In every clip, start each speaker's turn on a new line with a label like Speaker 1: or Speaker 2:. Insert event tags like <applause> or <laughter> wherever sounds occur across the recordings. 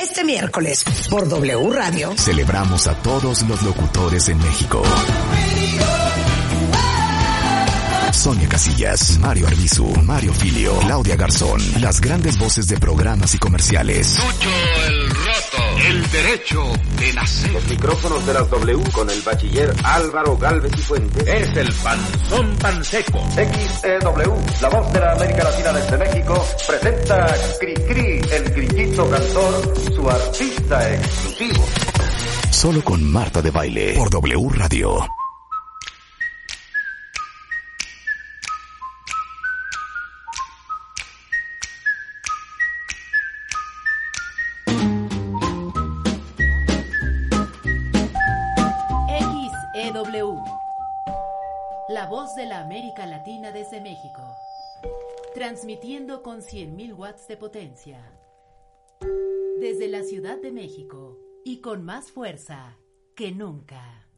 Speaker 1: este miércoles por W Radio.
Speaker 2: Celebramos a todos los locutores en México. Sonia Casillas, Mario Arbizu, Mario Filio, Claudia Garzón, las grandes voces de programas y comerciales.
Speaker 3: Mucho el roto, el derecho de nacer.
Speaker 4: Los micrófonos de las W con el bachiller Álvaro Galvez y Fuentes.
Speaker 3: Es el panzón panseco.
Speaker 4: XEW, E la voz de la América Latina desde México, presenta Cricri, el grillito cantor, su artista exclusivo.
Speaker 2: Solo con Marta de Baile por W Radio.
Speaker 5: E
Speaker 6: XEW. La voz de la América Latina desde México. Transmitiendo con 100.000 watts de potencia. Desde la Ciudad de México y con más fuerza que nunca.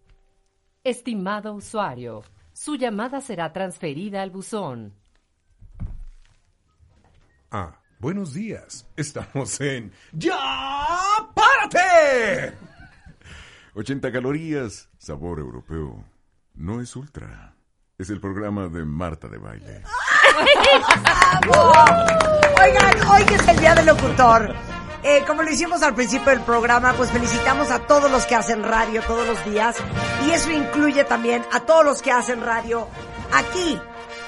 Speaker 7: Estimado usuario, su llamada será transferida al buzón.
Speaker 8: Ah, buenos días. Estamos en... ¡Ya! ¡Párate!
Speaker 9: 80 calorías, sabor europeo. No es ultra. Es el programa de Marta de Baile.
Speaker 1: Ah, Oigan, hoy que es el día del locutor. eh, como lo hicimos al principio del programa, pues felicitamos a todos los que hacen radio todos los días. Y eso incluye también a todos los que hacen radio aquí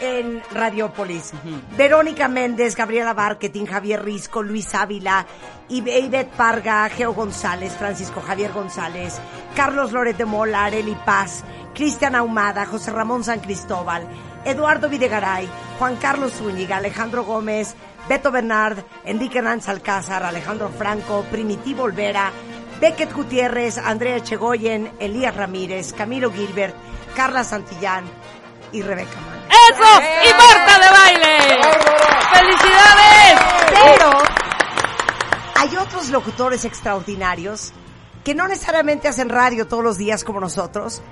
Speaker 1: en Radiopolis. Verónica Méndez, Gabriela Barquetín, Javier Risco, Luis Ávila, Ibe- Ivette Parga, Geo González, Francisco Javier González, Carlos Loret de Mola, Areli Paz, Cristian Ahumada, José Ramón San Cristóbal, Eduardo Videgaray, Juan Carlos Zúñiga, Alejandro Gómez, Beto Bernard, Enrique Hernández Alcázar, Alejandro Franco, Primitivo Olvera, Beckett Gutiérrez, Andrea Chegoyen, Elías Ramírez, Camilo Gilbert, Carla Santillán y Rebeca Mann.
Speaker 10: ¡Eso! ¡Y Marta de baile! ¡Felicidades!
Speaker 1: Pero hay otros locutores extraordinarios que no necesariamente hacen radio todos los días como nosotros,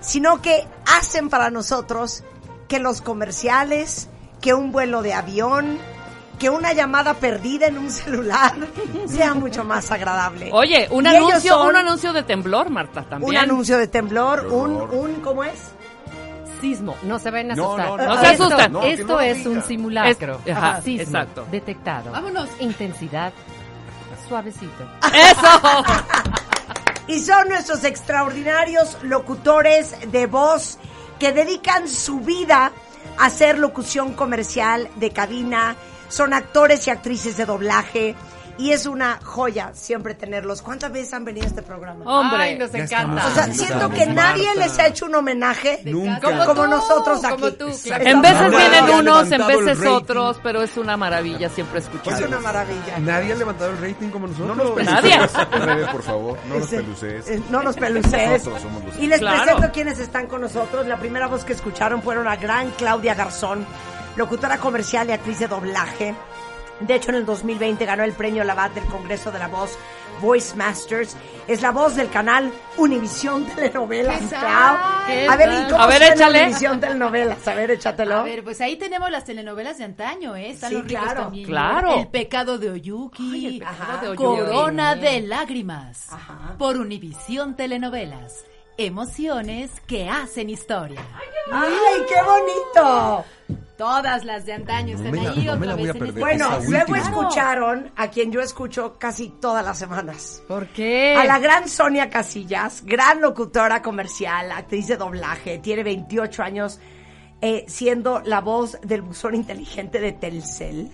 Speaker 1: sino que hacen para nosotros que los comerciales, que un vuelo de avión, que una llamada perdida en un <laughs> celular sea mucho más agradable.
Speaker 10: Oye, un
Speaker 1: Y ellos
Speaker 10: anuncio,
Speaker 1: son
Speaker 10: un anuncio de temblor, Marta, también.
Speaker 1: un anuncio de temblor,
Speaker 9: Qué
Speaker 1: un,
Speaker 9: horror.
Speaker 1: un, ¿cómo es?
Speaker 7: Sismo, no se vayan a
Speaker 9: No,
Speaker 7: asustar.
Speaker 9: no, no.
Speaker 10: No se
Speaker 7: Esto-
Speaker 10: asustan. No,
Speaker 9: que
Speaker 7: Esto
Speaker 9: no lo
Speaker 7: es
Speaker 9: digan.
Speaker 7: un simulacro.
Speaker 10: Es- ajá,
Speaker 7: Sismo
Speaker 10: exacto.
Speaker 7: Detectado.
Speaker 10: Vámonos.
Speaker 7: Intensidad. Suavecito.
Speaker 10: Ah, ¡Eso!
Speaker 1: Y son nuestros extraordinarios locutores de voz que dedican su vida a hacer locución comercial de cabina. Son actores y actrices de doblaje. Y es una joya siempre tenerlos. ¿Cuántas veces han venido a este programa?
Speaker 10: Hombre.
Speaker 7: Ay, nos
Speaker 8: Ya
Speaker 7: encanta.
Speaker 8: estamos.
Speaker 1: o sea,
Speaker 8: no
Speaker 1: siento
Speaker 8: sabes,
Speaker 1: que nadie
Speaker 8: Marta.
Speaker 1: les ha hecho un homenaje
Speaker 8: Nunca.
Speaker 1: como,
Speaker 8: Como tú,
Speaker 1: nosotros aquí.
Speaker 5: como tú, claro.
Speaker 10: En veces
Speaker 8: Nadie
Speaker 10: vienen
Speaker 8: había
Speaker 10: unos, en
Speaker 8: levantado el
Speaker 10: veces
Speaker 8: rating.
Speaker 10: otros, pero es una maravilla siempre escuchar.
Speaker 1: Es una maravilla.
Speaker 8: Nadie ha levantado el rating como nosotros.
Speaker 10: Nadie.
Speaker 9: Rebe, por favor, no nos
Speaker 1: Ese- eh,
Speaker 9: peluces.
Speaker 1: No nos peluces.
Speaker 9: Nosotros somos los-
Speaker 1: Y les
Speaker 10: Claro.
Speaker 1: presento quienes están con nosotros. La primera voz que escucharon fueron la gran Claudia Garzón, locutora comercial y actriz de doblaje. De hecho, en el 2020 ganó el premio Labat del Congreso de la Voz Voice Masters. Es la voz del canal Univisión Telenovelas.
Speaker 5: ¡Qué tal!
Speaker 1: Clau.
Speaker 5: ¡Qué
Speaker 1: A ver, ¿y
Speaker 10: tal!
Speaker 1: cómo
Speaker 10: A ver,
Speaker 1: suena
Speaker 10: échale.
Speaker 1: Univisión Telenovelas? A ver, échatelo.
Speaker 5: A ver, pues ahí tenemos las telenovelas de antaño, ¿eh? Están
Speaker 1: Sí,
Speaker 5: los ricos
Speaker 1: claro.
Speaker 5: también.
Speaker 10: Claro.
Speaker 5: El pecado de Oyuki.
Speaker 1: Ay, El pecado
Speaker 5: Ajá.
Speaker 1: de
Speaker 10: Oyuki.
Speaker 5: Corona de lágrimas.
Speaker 1: Ajá.
Speaker 5: Por Univisión Telenovelas. Emociones que hacen historia.
Speaker 1: ¡Ay, qué bonito!
Speaker 5: Todas las de antaño
Speaker 8: No
Speaker 5: están
Speaker 8: me la-
Speaker 5: ahí,
Speaker 8: no me la voy a
Speaker 5: otra vez en
Speaker 8: perder.
Speaker 5: este-
Speaker 1: Bueno,
Speaker 8: Esa
Speaker 1: luego
Speaker 8: última.
Speaker 1: escucharon a quien yo escucho casi todas las semanas.
Speaker 7: ¿Por qué?
Speaker 1: A la gran Sonia Casillas, gran locutora comercial, actriz de doblaje, tiene 28 años, eh, siendo la voz del buzón inteligente de Telcel.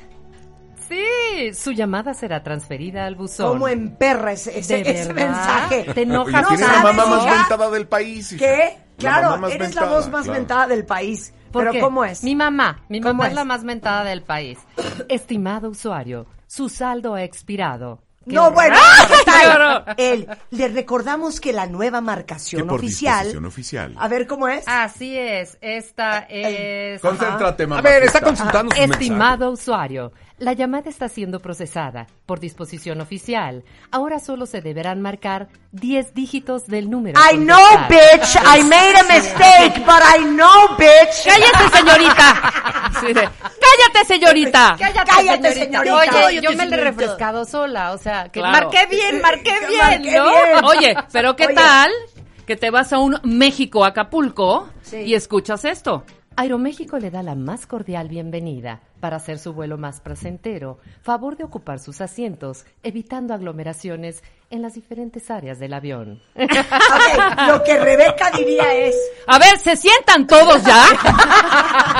Speaker 7: Sí, su llamada será transferida al buzón.
Speaker 1: ¿Cómo emperra ese, ese-
Speaker 7: ¿De
Speaker 1: ese
Speaker 7: verdad?
Speaker 1: mensaje?
Speaker 7: Te
Speaker 9: Oye,
Speaker 7: enojas.
Speaker 9: tiene la
Speaker 1: ¿sabes,
Speaker 9: mamá más
Speaker 1: hija?
Speaker 9: ventada del país. hija.
Speaker 1: ¿Qué?
Speaker 9: La mamá
Speaker 1: Claro,
Speaker 9: más
Speaker 1: eres la
Speaker 9: ventada,
Speaker 1: voz más
Speaker 9: claro.
Speaker 1: mentada del país.
Speaker 7: ¿Por
Speaker 1: Pero
Speaker 7: qué?
Speaker 1: ¿cómo es?
Speaker 7: Mi mamá, mi
Speaker 1: ¿Cómo
Speaker 7: mamá
Speaker 1: es?
Speaker 7: es la más mentada del país. <clears throat> Estimado usuario, su saldo ha expirado. ¡Qué
Speaker 1: No,
Speaker 7: horror! <laughs>
Speaker 1: bueno, ¿qué tal?
Speaker 10: horror!
Speaker 1: El- le recordamos que la nueva marcación
Speaker 9: Que por
Speaker 1: oficial.
Speaker 9: disposición oficial.
Speaker 1: A ver cómo es.
Speaker 7: Así es, esta es...
Speaker 8: Concéntrate, mamá. A ver, está consultando sus
Speaker 7: Ah, Estimado usuario, la llamada está siendo procesada por disposición oficial. Ahora solo se deberán marcar 10 dígitos del número. a
Speaker 1: I know,
Speaker 7: contestar.
Speaker 1: bitch. I
Speaker 7: <laughs>
Speaker 1: made a mistake, but I know, bitch.
Speaker 10: ¡Cállese, señorita! Así de,
Speaker 7: ¡Cállate, señorita!
Speaker 1: Cállate, Cállate, señorita.
Speaker 5: Oye,
Speaker 1: Oye,
Speaker 5: yo
Speaker 1: tus
Speaker 5: me le he
Speaker 1: inventos.
Speaker 5: refrescado sola, o sea, que
Speaker 7: Claro.
Speaker 5: marqué bien, marqué
Speaker 1: Que
Speaker 5: bien,
Speaker 1: marqué
Speaker 5: ¿no?
Speaker 1: bien.
Speaker 7: Oye, pero ¿qué
Speaker 1: Oye.
Speaker 7: tal que te vas a un México Acapulco
Speaker 5: Sí.
Speaker 7: y escuchas esto?
Speaker 5: Aeroméxico le da la más cordial bienvenida para hacer su vuelo más placentero. Favor de ocupar sus asientos, evitando aglomeraciones en las diferentes áreas del avión.
Speaker 1: Ok, lo que Rebeca diría es,
Speaker 7: A ver, ¿se sientan todos ya?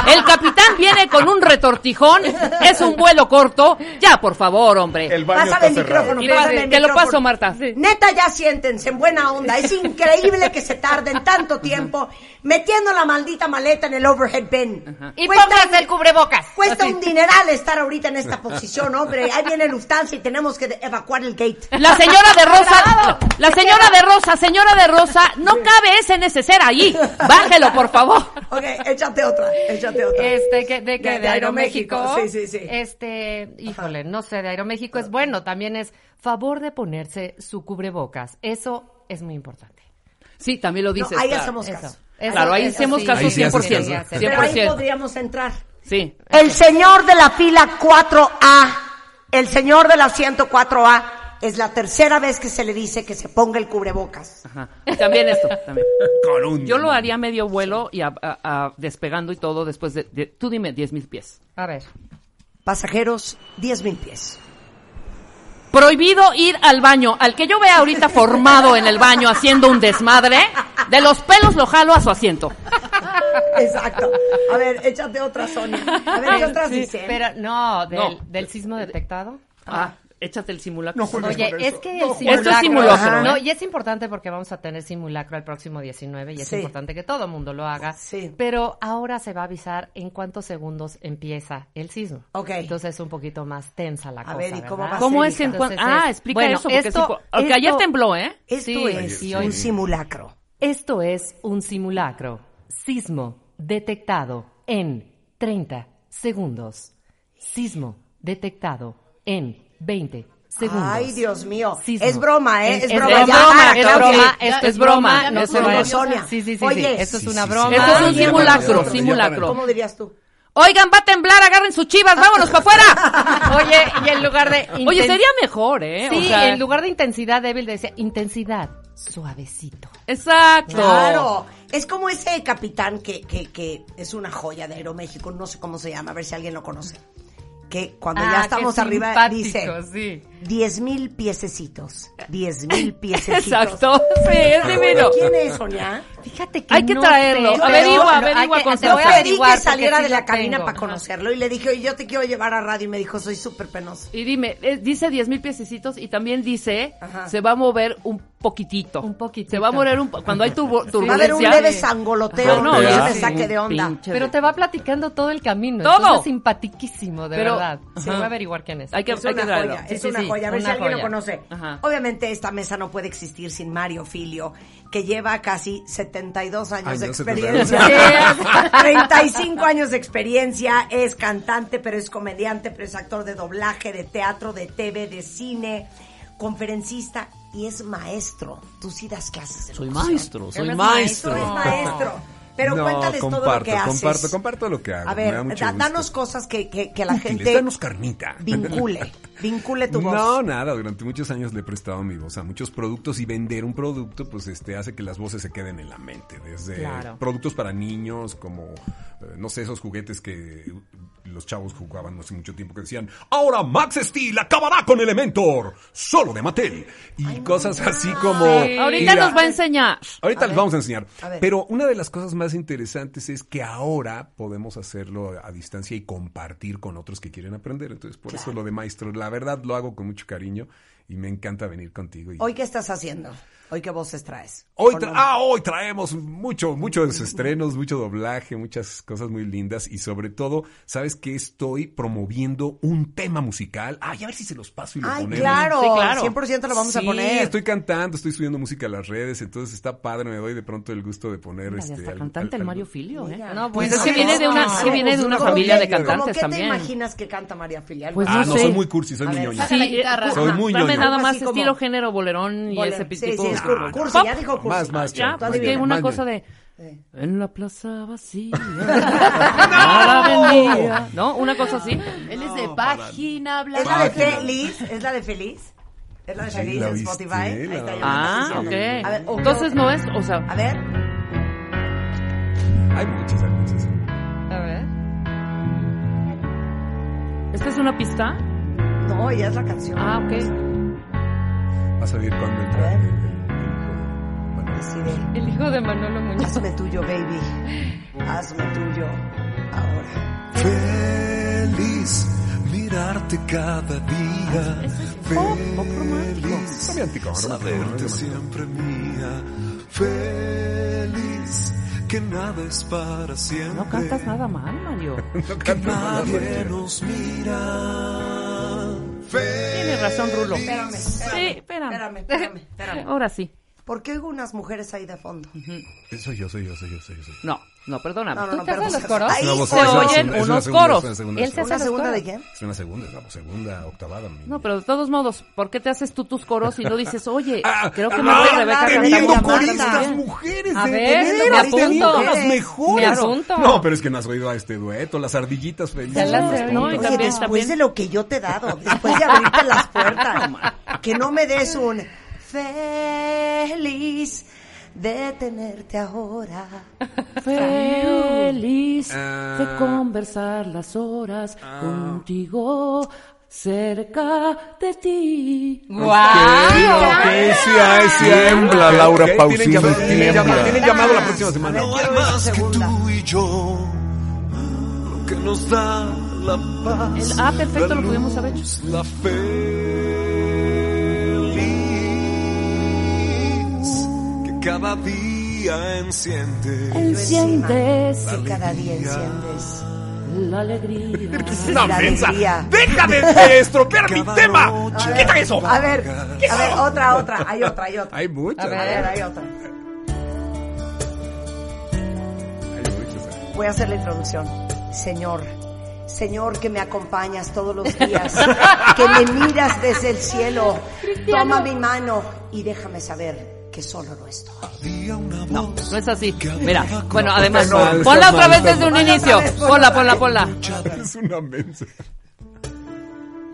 Speaker 7: El capitán viene con un retortijón, es un vuelo corto. Ya, por favor, hombre.
Speaker 9: El baño
Speaker 1: pásame
Speaker 9: está
Speaker 1: el
Speaker 9: cerrado.
Speaker 1: micrófono,
Speaker 7: Y
Speaker 1: pásame
Speaker 7: pásame,
Speaker 1: el
Speaker 7: te lo
Speaker 1: micrófono.
Speaker 7: paso, Marta. Sí.
Speaker 1: Neta, ya siéntense, en buena onda. Es increíble que se tarden tanto tiempo metiendo la maldita maleta en el overhead bin.
Speaker 5: Y
Speaker 1: Cuesta-
Speaker 5: pónganse el cubrebocas.
Speaker 1: Cuesta un dineral estar ahorita en esta posición, hombre. Ahí viene Lufthansa y tenemos que evacuar el gate.
Speaker 7: La señora de Rosa, la señora de Rosa, señora de Rosa, no cabe ese neceser ahí. Bájelo, por favor.
Speaker 1: Ok, échate otra, échate otra.
Speaker 5: Este, que, de, que
Speaker 1: De-
Speaker 5: de,
Speaker 1: de Aeroméxico.
Speaker 5: Aeroméxico.
Speaker 1: Sí, sí, sí.
Speaker 5: Este, híjole, no sé, de Aeroméxico es bueno, también es favor de ponerse su cubrebocas. Eso es muy importante.
Speaker 7: Sí, también lo dices.
Speaker 1: ahí
Speaker 7: claro.
Speaker 1: hacemos caso.
Speaker 5: Eso. eso,
Speaker 7: Claro, ahí
Speaker 5: eso
Speaker 7: hacemos caso
Speaker 9: Ahí sí haces
Speaker 7: 100%.
Speaker 9: caso.
Speaker 1: Pero ahí
Speaker 7: 100%.
Speaker 1: podríamos entrar.
Speaker 7: Sí.
Speaker 1: El señor de la fila 4A, el señor del asiento 4A, es la tercera vez que se le dice que se ponga el cubrebocas.
Speaker 7: Ajá. Y También esto. También.
Speaker 9: Con un-
Speaker 7: Yo lo haría medio vuelo y a- a- a- despegando y todo después de, de- Tú dime, 10 mil pies.
Speaker 5: A ver.
Speaker 1: Pasajeros, 10 mil pies.
Speaker 7: Prohibido ir al baño. Al que yo vea ahorita formado en el baño haciendo un desmadre, de los pelos lo jalo a su asiento.
Speaker 1: <laughs> Exacto. A ver, échate otra, Sonia. A ver, ¿qué otras
Speaker 5: Sí,
Speaker 1: dicen?
Speaker 5: Pero no, del,
Speaker 7: No.
Speaker 5: del sismo detectado.
Speaker 7: Ah, échate el simulacro.
Speaker 9: No juegues
Speaker 5: Oye,
Speaker 9: con
Speaker 5: es
Speaker 9: eso.
Speaker 5: que
Speaker 9: No
Speaker 5: el
Speaker 9: juegues
Speaker 7: Esto es
Speaker 5: simulacro,
Speaker 7: simulacro,
Speaker 5: Ajá.
Speaker 7: ¿eh?
Speaker 5: No, y es importante porque vamos a tener simulacro el próximo 19 y es
Speaker 1: Sí.
Speaker 5: importante que todo el mundo lo haga.
Speaker 1: Sí.
Speaker 5: Pero ahora se va a avisar en cuántos segundos empieza el sismo.
Speaker 1: Ok.
Speaker 5: Entonces es un poquito más tensa la
Speaker 1: A
Speaker 5: cosa.
Speaker 1: ver, ¿y cómo
Speaker 5: ¿verdad?
Speaker 1: va a
Speaker 7: ¿Cómo
Speaker 1: ser,
Speaker 7: es en
Speaker 1: hija?
Speaker 7: cuan-
Speaker 5: Entonces
Speaker 7: Ah,
Speaker 5: es-
Speaker 7: explica
Speaker 5: bueno,
Speaker 7: eso. Porque
Speaker 5: esto-
Speaker 7: sí fue- aunque ayer
Speaker 5: esto-
Speaker 7: tembló, ¿eh?
Speaker 1: Esto
Speaker 5: Sí,
Speaker 1: es
Speaker 5: y
Speaker 1: un
Speaker 5: hoy-
Speaker 1: simulacro.
Speaker 5: Esto es un simulacro. Sismo detectado en 30 segundos. Sismo detectado en 20 segundos.
Speaker 1: Ay, Dios mío.
Speaker 5: Sismo.
Speaker 1: Es broma, ¿eh? Es,
Speaker 5: Es
Speaker 1: broma.
Speaker 7: broma,
Speaker 1: Ya, para,
Speaker 7: es
Speaker 1: Claudia.
Speaker 7: broma,
Speaker 1: Ya,
Speaker 7: esto
Speaker 1: ya,
Speaker 7: es broma,
Speaker 1: ya
Speaker 7: no
Speaker 1: nos
Speaker 7: se
Speaker 1: fuimos,
Speaker 7: vaya.
Speaker 1: Sonia.
Speaker 5: Sí, sí, sí,
Speaker 1: Oye,
Speaker 5: Ah, sí. Esto es
Speaker 9: Sí,
Speaker 5: una
Speaker 9: sí, sí.
Speaker 5: broma.
Speaker 7: Esto es un
Speaker 9: ya,
Speaker 7: simulacro,
Speaker 9: ya, ya,
Speaker 1: ¿cómo
Speaker 7: simulacro.
Speaker 1: dirías tú?
Speaker 7: Oigan, va a temblar, agarren sus chivas, vámonos para afuera.
Speaker 5: Oye, y en lugar de...
Speaker 7: Oye,
Speaker 5: inten-
Speaker 7: sería mejor, ¿eh? O
Speaker 5: Sí,
Speaker 7: sea,
Speaker 5: en lugar de intensidad débil decía intensidad suavecito.
Speaker 7: Exacto.
Speaker 1: Claro. Es como ese capitán que, que, que es una joya de Aeroméxico, no sé cómo se llama, a ver si alguien lo conoce. Que cuando ya
Speaker 5: Ah,
Speaker 1: estamos
Speaker 5: qué
Speaker 1: arriba dice
Speaker 5: simpático, sí.
Speaker 1: diez mil piececitos, diez mil piececitos.
Speaker 7: Exacto, <laughs> sí, es divino.
Speaker 1: ¿Quién es, Sonia?
Speaker 5: Fíjate que
Speaker 7: Hay que
Speaker 5: no
Speaker 7: traerlo.
Speaker 5: sé.
Speaker 7: Averigua,
Speaker 5: Pero-
Speaker 7: averigua,
Speaker 5: hay que-
Speaker 7: Constanza.
Speaker 5: te voy a
Speaker 1: Yo pedí
Speaker 5: averiguar
Speaker 1: que
Speaker 5: porque
Speaker 1: saliera
Speaker 5: sí
Speaker 1: de
Speaker 5: lo
Speaker 1: la cabina
Speaker 5: tengo.
Speaker 1: para conocerlo y le dije, oye, yo te quiero llevar a radio y me dijo, soy súper penoso.
Speaker 7: Y dime, eh, dice 10 mil piececitos y también dice,
Speaker 1: Ajá.
Speaker 7: se va a mover un poquitito.
Speaker 5: Un poquitito.
Speaker 7: Se va a mover un, po- cuando hay turbo-
Speaker 1: Va a haber un
Speaker 7: turbulencia.
Speaker 1: leve sangoloteo
Speaker 7: Ajá,
Speaker 1: que
Speaker 7: ya
Speaker 1: yo me
Speaker 7: sí,
Speaker 1: saque de onda.
Speaker 7: pinche
Speaker 5: Pero te va platicando todo el camino.
Speaker 7: Todo.
Speaker 5: Entonces, simpatiquísimo, de
Speaker 7: Pero-
Speaker 5: verdad. Se
Speaker 7: Ajá.
Speaker 5: voy a averiguar quién es.
Speaker 7: Hay que,
Speaker 1: Es
Speaker 7: hay que
Speaker 1: una
Speaker 7: traerlo.
Speaker 1: joya,
Speaker 7: Sí,
Speaker 1: es
Speaker 7: sí,
Speaker 1: una
Speaker 7: sí,
Speaker 1: joya. A ver si
Speaker 5: una
Speaker 1: alguien lo
Speaker 5: joya.
Speaker 1: conoce.
Speaker 7: Ajá.
Speaker 1: Obviamente esta mesa no puede existir sin Mario Filio, que lleva casi 72 años
Speaker 9: Ay,
Speaker 1: de
Speaker 9: no, <laughs>
Speaker 1: experiencia.
Speaker 9: 72.
Speaker 1: 35 años de experiencia, es cantante, pero es comediante, pero es actor de doblaje, de teatro, de TV, de cine, conferencista y es maestro. Tú sí das clases. de
Speaker 11: Soy
Speaker 1: locución.
Speaker 11: maestro, soy
Speaker 5: Eres
Speaker 1: Tú
Speaker 11: maestro.
Speaker 1: eres maestro. Pero
Speaker 9: <laughs> No,
Speaker 1: cuéntales todo lo
Speaker 9: comparto,
Speaker 1: que haces.
Speaker 9: comparto, comparto lo que hago,
Speaker 1: A
Speaker 9: me da
Speaker 1: ver,
Speaker 9: mucho
Speaker 1: da-
Speaker 9: gusto.
Speaker 1: danos cosas que, que, que la
Speaker 9: Útiles,
Speaker 1: gente...
Speaker 9: danos carnita. <laughs>
Speaker 1: Vincule, vincule tu voz.
Speaker 9: No, nada, durante muchos años le he prestado mi voz a muchos productos y vender un producto pues este hace que las voces se queden en la mente, desde
Speaker 5: Claro.
Speaker 9: productos para niños como eh, no sé, esos juguetes que los chavos jugaban hace mucho tiempo que decían, "Ahora Max Steel acabará con Elementor, solo de Mattel." Y cosas así como
Speaker 7: Ahorita
Speaker 9: y la-
Speaker 7: nos va a enseñar.
Speaker 9: Ahorita les vamos a enseñar.
Speaker 1: a ver.
Speaker 9: Pero una de las cosas más interesantes es que ahora podemos hacerlo a distancia y compartir con otros que quieren aprender. Entonces, por eso lo de maestro, la verdad lo hago con mucho cariño y me encanta venir contigo. y-
Speaker 1: ¿Hoy qué estás haciendo? ¿Hoy qué voces traes?
Speaker 9: Hoy,
Speaker 1: ¿O no?
Speaker 9: tra- ah, hoy traemos mucho, muchos estrenos, mucho doblaje, muchas cosas muy lindas y sobre todo, ¿sabes que Estoy promoviendo un tema musical. Ay, a ver si se los paso y lo
Speaker 1: Ay,
Speaker 9: ponemos.
Speaker 1: claro,
Speaker 7: Sí, claro.
Speaker 1: 100% lo vamos a
Speaker 9: Sí,
Speaker 1: poner.
Speaker 9: estoy cantando, estoy subiendo música a las redes, entonces está padre, me doy de pronto el gusto de poner
Speaker 7: Mira,
Speaker 9: este
Speaker 7: hasta
Speaker 9: al-
Speaker 7: cantante el
Speaker 9: al- al-
Speaker 7: Mario Filio, ¿eh?
Speaker 1: Mira.
Speaker 5: No,
Speaker 7: Pues
Speaker 5: bueno.
Speaker 7: es que viene de una,
Speaker 1: Ah,
Speaker 7: sí viene de una
Speaker 1: ¿cómo
Speaker 7: familia
Speaker 1: qué-
Speaker 7: de
Speaker 1: ¿Cómo
Speaker 7: cantantes
Speaker 1: qué te
Speaker 7: también.
Speaker 1: imaginas que canta María Filial?
Speaker 7: Pues
Speaker 9: Ah,
Speaker 7: no
Speaker 9: no,
Speaker 7: sé.
Speaker 9: soy muy cursi, soy muy ñoño.
Speaker 12: saca la guitarra.
Speaker 9: Soy muy
Speaker 7: dame
Speaker 9: ñoño.
Speaker 7: nada
Speaker 1: algo
Speaker 7: más
Speaker 1: así como-
Speaker 7: estilo género bolerón y
Speaker 1: Bolero.
Speaker 7: ese
Speaker 1: Sí,
Speaker 7: tipo. Ah,
Speaker 1: sí, es cur- cursi, ya dijo cursi.
Speaker 9: Más, más,
Speaker 7: Ya,
Speaker 9: chavo, más
Speaker 7: porque
Speaker 9: bien,
Speaker 7: una
Speaker 9: más
Speaker 7: cosa
Speaker 9: bien.
Speaker 7: de
Speaker 1: Sí.
Speaker 7: en la plaza <laughs> vacía. nada vendía. No, una cosa así.
Speaker 5: Él es de página blanca.
Speaker 1: ¿Es la de
Speaker 9: Página.
Speaker 1: Feliz? ¿Es la de Feliz? ¿Es la de Feliz
Speaker 9: la
Speaker 1: en
Speaker 9: viste,
Speaker 1: Spotify? Ahí
Speaker 9: la-
Speaker 1: está, ya me
Speaker 7: Ah,
Speaker 1: estás
Speaker 7: ok.
Speaker 1: diciendo. A ver, ojo.
Speaker 7: Entonces no es, o sea,
Speaker 1: A ver.
Speaker 9: Hay muchas, hay muchas.
Speaker 7: a ver. ¿Esta es una pista?
Speaker 1: No, ya es la canción.
Speaker 7: Ah, ok.
Speaker 9: Vas a ver cuando entra el, el- el hijo de Manuel.
Speaker 1: Así de,
Speaker 7: El hijo de Manolo Muñoz. <laughs>
Speaker 1: hazme tuyo, baby. Hazme tuyo. Ahora.
Speaker 13: Feliz mirarte cada día. Feliz
Speaker 9: Está bien antico, ¿no? <laughs>
Speaker 13: saberte siempre mía. Feliz que nada es para siempre.
Speaker 7: No cantas nada mal, Mario.
Speaker 13: Que nadie nos mira.
Speaker 7: Tienes razón, Rulo.
Speaker 1: Espérame,
Speaker 7: Sí,
Speaker 1: espérame.
Speaker 7: espérame.
Speaker 1: Espérame, espérame, espérame.
Speaker 7: Ahora sí.
Speaker 1: ¿Por qué oigo unas mujeres ahí de fondo?
Speaker 9: Soy yo, soy yo, soy yo, soy yo. Soy yo.
Speaker 7: No, no, perdóname.
Speaker 1: No, no,
Speaker 7: ¿Tú
Speaker 1: no,
Speaker 7: te
Speaker 1: perdón.
Speaker 7: haces los coros?
Speaker 1: Ahí
Speaker 9: Es una voz-
Speaker 1: se
Speaker 7: se
Speaker 9: es una-
Speaker 7: oyen
Speaker 9: es una
Speaker 7: unos
Speaker 9: segunda,
Speaker 7: coros.
Speaker 9: es una
Speaker 7: Él
Speaker 9: segunda, es
Speaker 7: se hace
Speaker 1: ¿Una
Speaker 7: los
Speaker 1: segunda
Speaker 7: coros.
Speaker 1: de quién?
Speaker 9: Es una segunda, es la segunda octavada. mi-
Speaker 7: No, pero de todos modos, ¿por qué te haces tú tus coros y no dices, oye,
Speaker 9: Ah,
Speaker 7: creo que
Speaker 9: ah,
Speaker 7: me voy a Rebeca
Speaker 9: teniendo
Speaker 7: Cartagena
Speaker 9: coristas
Speaker 7: también?
Speaker 9: mujeres
Speaker 7: A
Speaker 9: de-
Speaker 7: ver, me
Speaker 9: de veras,
Speaker 7: apunto.
Speaker 9: teniendo las
Speaker 1: Me
Speaker 9: mejores.
Speaker 7: apunto.
Speaker 9: No, pero es que no has oído a este dueto, las ardillitas
Speaker 7: Ya
Speaker 9: felices.
Speaker 7: las sé, ¿no? Y
Speaker 1: Oye,
Speaker 7: también,
Speaker 1: después
Speaker 7: también.
Speaker 1: de lo que yo te he dado, después de abrirte las
Speaker 7: <laughs>
Speaker 1: puertas, que no me des un feliz de tenerte ahora.
Speaker 7: Feliz
Speaker 9: Ah.
Speaker 7: de conversar las horas contigo cerca de ti.
Speaker 9: Ok, sí hay, sí hay.
Speaker 2: Tiembla,
Speaker 9: Ok,
Speaker 2: Laura
Speaker 9: ok,
Speaker 2: Pausini,
Speaker 9: Tienen llamado, tienen
Speaker 2: tiembla.
Speaker 9: llamado, tienen llamado la próxima
Speaker 1: A
Speaker 9: semana.
Speaker 1: ver, quiero ver esa segunda.
Speaker 13: y yo. Lo que nos da la paz.
Speaker 7: El- ah, perfecto, lo pudimos haber hecho.
Speaker 13: luz, La feliz que cada día enciende.
Speaker 7: Enciendes
Speaker 1: Que cada día enciendes
Speaker 7: la alegría.
Speaker 9: No,
Speaker 1: la
Speaker 9: mensa.
Speaker 1: alegría.
Speaker 9: Deja de, de estropear mi
Speaker 13: Cada
Speaker 9: tema.
Speaker 13: noche.
Speaker 9: Quita eso.
Speaker 1: A ver, a ver, otra, otra, hay otra, hay otra.
Speaker 9: Hay muchas.
Speaker 1: A ver, hay otra. Voy a hacer la introducción. Señor, Señor que me acompañas todos los días, que me miras desde el cielo, toma mi mano y déjame saber que solo no estoy.
Speaker 7: No, no es así. Mira, bueno, además, ponla
Speaker 9: estás
Speaker 7: otra
Speaker 9: mal,
Speaker 7: vez desde un
Speaker 1: mal.
Speaker 7: inicio.
Speaker 1: Otra vez, ponla
Speaker 7: Ponla,
Speaker 1: otra
Speaker 7: ponla, ponla.
Speaker 9: <laughs> Es una mensa.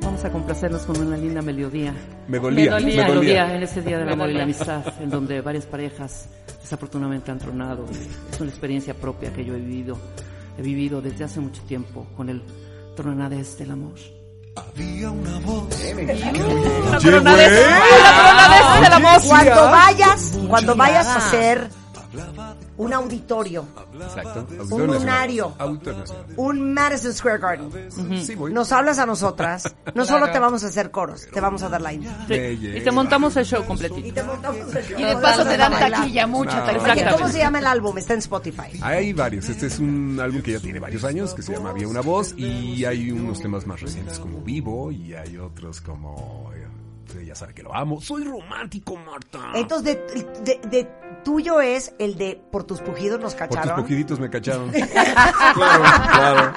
Speaker 7: Vamos a complacernos con una linda melodía.
Speaker 9: Me dolía, me dolía.
Speaker 13: eh.
Speaker 7: en ese día del amor y la amistad, en donde varias parejas desafortunadamente han tronado. Es una experiencia propia que yo he vivido, he vivido desde hace mucho tiempo con el tronadez del amor. Había una voz. La tronadez, la tronadez del amor.
Speaker 1: Cuando vayas, cuando vayas a hacer un auditorio,
Speaker 9: Exacto.
Speaker 1: Un lunario.
Speaker 9: Auditorio nacional.
Speaker 1: un Madison Square Garden,
Speaker 9: Sí, voy.
Speaker 1: nos hablas a
Speaker 9: <laughs>
Speaker 1: nosotras, no solo te vamos a hacer coros, te vamos a dar la intro.
Speaker 7: Sí, Y te montamos el show completito.
Speaker 1: Y te montamos el show.
Speaker 5: Y de paso te dan
Speaker 1: Vamos a bailar.
Speaker 5: taquilla, mucha taquilla.
Speaker 1: Oye, ¿Cómo
Speaker 7: Exactamente.
Speaker 1: se llama el álbum? Está en Spotify.
Speaker 9: Hay varios. Este es un álbum que ya tiene varios años, que se llama Había una voz, y hay unos temas más recientes como Vivo, y hay otros como... eh, usted Ya sabe que lo amo. Soy romántico, Marta.
Speaker 1: Entonces, de, de- de tuyo es el de Por tus pujidos nos
Speaker 9: Por tus
Speaker 1: cacharon.
Speaker 9: poquiditos me cacharon.
Speaker 2: Claro, claro.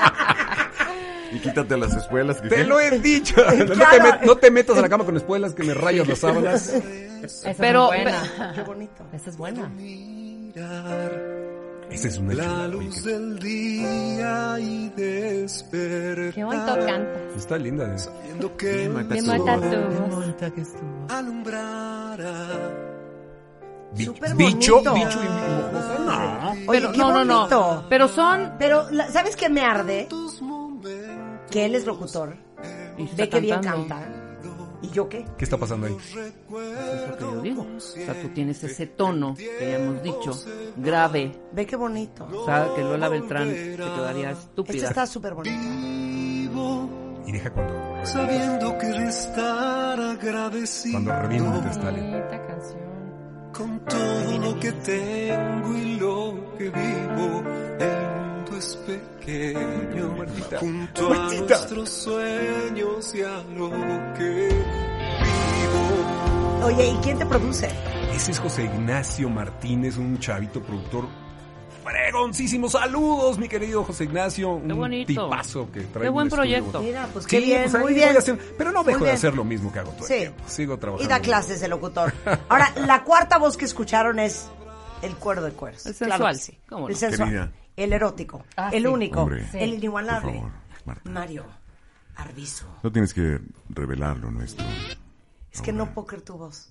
Speaker 2: Y quítate las espuelas,
Speaker 9: Te
Speaker 2: Cristina.
Speaker 9: lo he dicho. <laughs> No, te
Speaker 1: Claro.
Speaker 9: met- no te metas a la cama con espuelas que me rayas las sábanas.
Speaker 7: Pero-
Speaker 1: Qué bonito.
Speaker 14: Esa es buena.
Speaker 9: Ese es un hecho.
Speaker 13: La luz del día y despertar.
Speaker 14: Qué bonito canta.
Speaker 9: Está linda. ¿eh?
Speaker 13: Viendo que
Speaker 14: Me
Speaker 13: el
Speaker 14: mata
Speaker 13: sol
Speaker 14: tu voz.
Speaker 13: alumbrara.
Speaker 9: Bi-
Speaker 1: Súper
Speaker 9: bicho,
Speaker 1: bonito.
Speaker 9: bicho y mojosa, No.
Speaker 1: Oye,
Speaker 7: Pero
Speaker 1: qué
Speaker 7: no, no,
Speaker 1: bonito.
Speaker 7: no. Pero son.
Speaker 1: Pero, la- ¿sabes qué me arde? Que él es locutor,
Speaker 7: Y
Speaker 1: ve
Speaker 7: está
Speaker 1: que bien
Speaker 7: cantando.
Speaker 1: canta. ¿Y yo qué?
Speaker 9: ¿Qué está pasando ahí?
Speaker 7: Es lo que yo digo. O sea, tú tienes ese tono que ya hemos dicho, grave.
Speaker 1: Ve qué bonito.
Speaker 7: O sea, que Lola Beltrán se quedaría estúpida.
Speaker 1: Esta está súper bonita.
Speaker 9: Y deja cuando,
Speaker 13: Sabiendo que de estar agradecido
Speaker 9: cuando revienta está linda.
Speaker 14: Bonita canción.
Speaker 13: con todo lo que tengo y lo que vivo. El mundo es pequeño junto a nuestros sueños y a lo que vivo.
Speaker 1: Oye, ¿y quién te produce?
Speaker 9: Ese es José Ignacio Martínez, un chavito productor fregoncísimos saludos, mi querido José Ignacio. Un
Speaker 10: Qué bonito.
Speaker 9: tipazo que trae
Speaker 10: Qué
Speaker 9: un
Speaker 10: buen
Speaker 9: estudio.
Speaker 10: proyecto.
Speaker 1: Mira, pues
Speaker 9: Sí,
Speaker 1: qué bien,
Speaker 9: pues ahí
Speaker 1: muy
Speaker 9: voy
Speaker 1: bien.
Speaker 9: a hacer- pero no
Speaker 1: Muy
Speaker 9: dejo de
Speaker 1: bien.
Speaker 9: hacer lo mismo que hago todo el tiempo. Sigo trabajando.
Speaker 1: Y da clases de
Speaker 9: <laughs>
Speaker 1: locutor. Ahora, la cuarta voz que escucharon es el cuerdo de cueros.
Speaker 10: El
Speaker 1: Claro
Speaker 10: sensual.
Speaker 1: que sí.
Speaker 10: ¿Cómo no?
Speaker 1: El sensual.
Speaker 13: Querida.
Speaker 1: El erótico.
Speaker 15: Ah,
Speaker 1: el
Speaker 15: sí.
Speaker 1: único.
Speaker 13: Hombre,
Speaker 1: el
Speaker 13: Por
Speaker 1: inigualable.
Speaker 13: favor, Marta.
Speaker 1: Mario Arbizu.
Speaker 13: No tienes que revelar lo nuestro.
Speaker 1: Es que no puedo creer tu voz.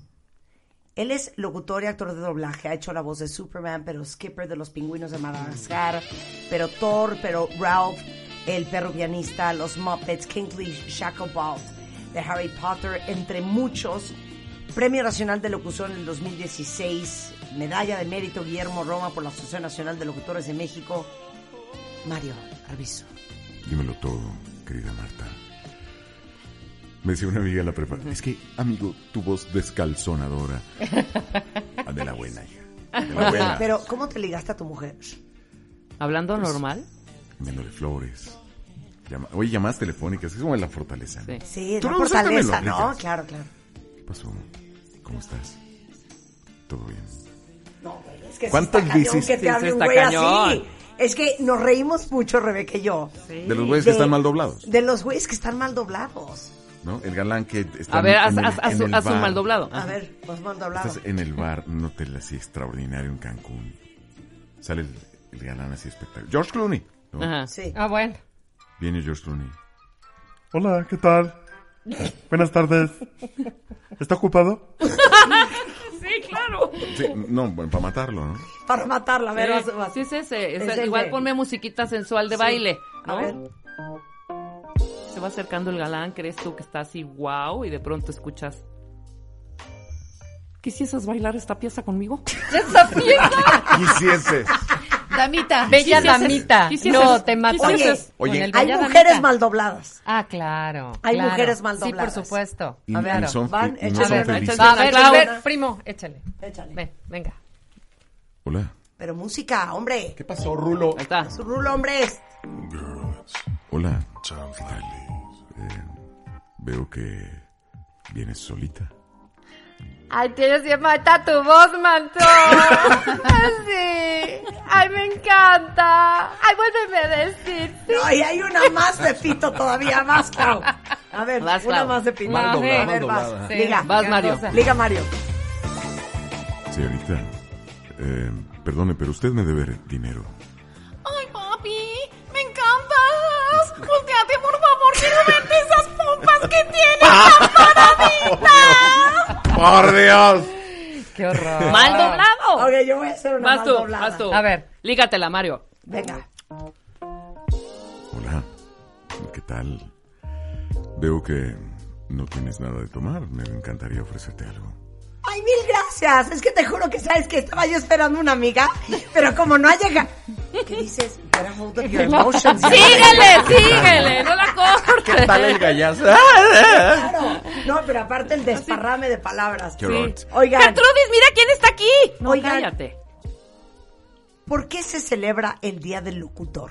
Speaker 1: Él es locutor y actor de doblaje. Ha hecho la voz de Superman, pero Skipper de los pingüinos de Madagascar, pero Thor, pero Ralph, el perro pianista, los Muppets, Kingsley Shacklebolt, de Harry Potter, entre muchos. Premio Nacional de Locución en el 2016, Medalla de Mérito Guillermo Roma por la Asociación Nacional de Locutores de México. Mario Arbizu.
Speaker 13: Dímelo todo, querida Marta. Me decía una amiga en la prepa, es que, amigo, tu voz descalzonadora. Ah, De la buena, hija. De la buena.
Speaker 1: <laughs> Pero, ¿cómo te ligaste a tu mujer?
Speaker 10: Hablando normal,
Speaker 13: Dándole flores. Llama- Oye, llamadas telefónicas, es como en la fortaleza. ¿no?
Speaker 10: Sí.
Speaker 1: Sí,
Speaker 13: Tú
Speaker 1: la
Speaker 13: no usaste
Speaker 1: fortaleza,
Speaker 13: melodías.
Speaker 1: ¿no? Claro, claro.
Speaker 13: ¿Qué pasó? ¿Cómo estás? ¿Todo bien?
Speaker 1: No, güey, es que sí
Speaker 13: ¿Cuántas
Speaker 1: está cañón
Speaker 13: veces?
Speaker 1: que
Speaker 10: Sí,
Speaker 1: te
Speaker 10: sí,
Speaker 1: hable un
Speaker 10: está
Speaker 1: güey
Speaker 10: cañón.
Speaker 1: así? Es que nos reímos mucho, Rebeca y yo.
Speaker 13: De los güeyes que
Speaker 1: De-
Speaker 13: están mal doblados,
Speaker 1: De los güeyes que están mal doblados.
Speaker 13: ¿no? El galán que está
Speaker 10: a ver,
Speaker 13: en
Speaker 10: haz,
Speaker 13: el-
Speaker 10: haz- haz
Speaker 13: en el
Speaker 10: un- haz un
Speaker 13: bar.
Speaker 10: mal doblado.
Speaker 1: A ver, pues mal doblado.
Speaker 13: Estás en el bar, en un hotel así extraordinario en Cancún. Sale el, el galán así espectacular. George Clooney. ¿no?
Speaker 10: Ajá.
Speaker 1: Sí.
Speaker 15: Ah, bueno.
Speaker 13: Viene George Clooney.
Speaker 16: Hola, ¿qué tal? Buenas tardes. ¿Está ocupado?
Speaker 13: Sí, no, bueno, para matarlo, ¿no?
Speaker 1: Para matarla, a ver, vas-
Speaker 10: Sí,
Speaker 1: vas.
Speaker 10: Eh, sí, es ese. es
Speaker 1: Es
Speaker 10: el-
Speaker 1: ese.
Speaker 10: igual ponme musiquita sensual de
Speaker 1: Sí.
Speaker 10: baile,
Speaker 1: A ver.
Speaker 10: ¿no? Se va acercando el galán, crees tú que está así, wow, y de pronto escuchas. ¿Quisieras bailar esta pieza conmigo?
Speaker 15: ¡Esa fiesta!
Speaker 13: Quisieses.
Speaker 5: Damita.
Speaker 15: Bella
Speaker 10: Quisieses-
Speaker 15: damita.
Speaker 10: quisieses-
Speaker 15: No, te matas.
Speaker 1: quisieses-
Speaker 15: con
Speaker 13: Oye,
Speaker 15: el
Speaker 1: Hay
Speaker 15: bella
Speaker 1: mujeres
Speaker 15: damita.
Speaker 1: mal dobladas.
Speaker 15: Ah, claro.
Speaker 1: Hay
Speaker 15: claro.
Speaker 1: mujeres mal dobladas.
Speaker 15: Sí, por supuesto.
Speaker 13: Y,
Speaker 15: A
Speaker 13: y
Speaker 15: ver.
Speaker 13: no son,
Speaker 1: Van,
Speaker 13: y no
Speaker 1: échale
Speaker 13: son
Speaker 1: una,
Speaker 13: felices.
Speaker 10: échale.
Speaker 15: A ver, a
Speaker 10: Clau.
Speaker 15: ver, primo, échale.
Speaker 1: Échale.
Speaker 15: Ven, venga.
Speaker 13: Hola.
Speaker 1: Pero música, hombre.
Speaker 9: ¿Qué pasó, Rulo?
Speaker 10: Ahí está.
Speaker 1: Su rulo, hombre. es-
Speaker 13: Hola. ¿Qué tal? Eh, veo que vienes solita.
Speaker 15: Ay, tienes bien mata tu voz, manto. Así. Ay, me encanta. Ay, vuélveme a decir.
Speaker 1: No, y hay una más de pito todavía, más, claro. A ver,
Speaker 10: Vas,
Speaker 1: una
Speaker 10: Clau.
Speaker 1: más de pito.
Speaker 9: Mal
Speaker 1: a
Speaker 9: doblada,
Speaker 1: ver,
Speaker 9: mal
Speaker 1: vas.
Speaker 9: doblada.
Speaker 15: Sí,
Speaker 1: Liga.
Speaker 10: Vas, Mario.
Speaker 15: Cardosa.
Speaker 1: Liga, Mario.
Speaker 13: Señorita, eh, perdone, pero usted me debe dinero.
Speaker 5: Ay, papi, me encantas. Volteate, por favor, quiero verte esas pompas que <laughs> tienes tan paraditas.
Speaker 13: ¡Por Dios!
Speaker 15: Qué horror.
Speaker 10: ¡Mal doblado!
Speaker 1: Ok, yo voy a hacer una
Speaker 10: Vas
Speaker 1: mal
Speaker 10: tú,
Speaker 1: doblada.
Speaker 10: vas tú.
Speaker 15: A ver.
Speaker 10: Lígatela, Mario.
Speaker 1: Venga.
Speaker 13: Hola. ¿Qué tal? Veo que no tienes nada de tomar. Me encantaría ofrecerte algo.
Speaker 1: Ay, mil gracias. Es que te juro que sabes que estaba yo esperando una amiga, pero como no ha llegado. ¿Qué dices? Better hold up your emotions.
Speaker 5: Eh,
Speaker 10: ¡Síguele, síguele! ¡No la cortes!
Speaker 13: gallazo?
Speaker 1: Claro. No, pero aparte el desparrame de palabras.
Speaker 13: Qué horror.
Speaker 1: Oigan,
Speaker 10: ¡Gertrudis, mira quién está aquí! No,
Speaker 1: Oigan.
Speaker 10: cállate.
Speaker 1: ¿por qué se celebra el Día del Locutor?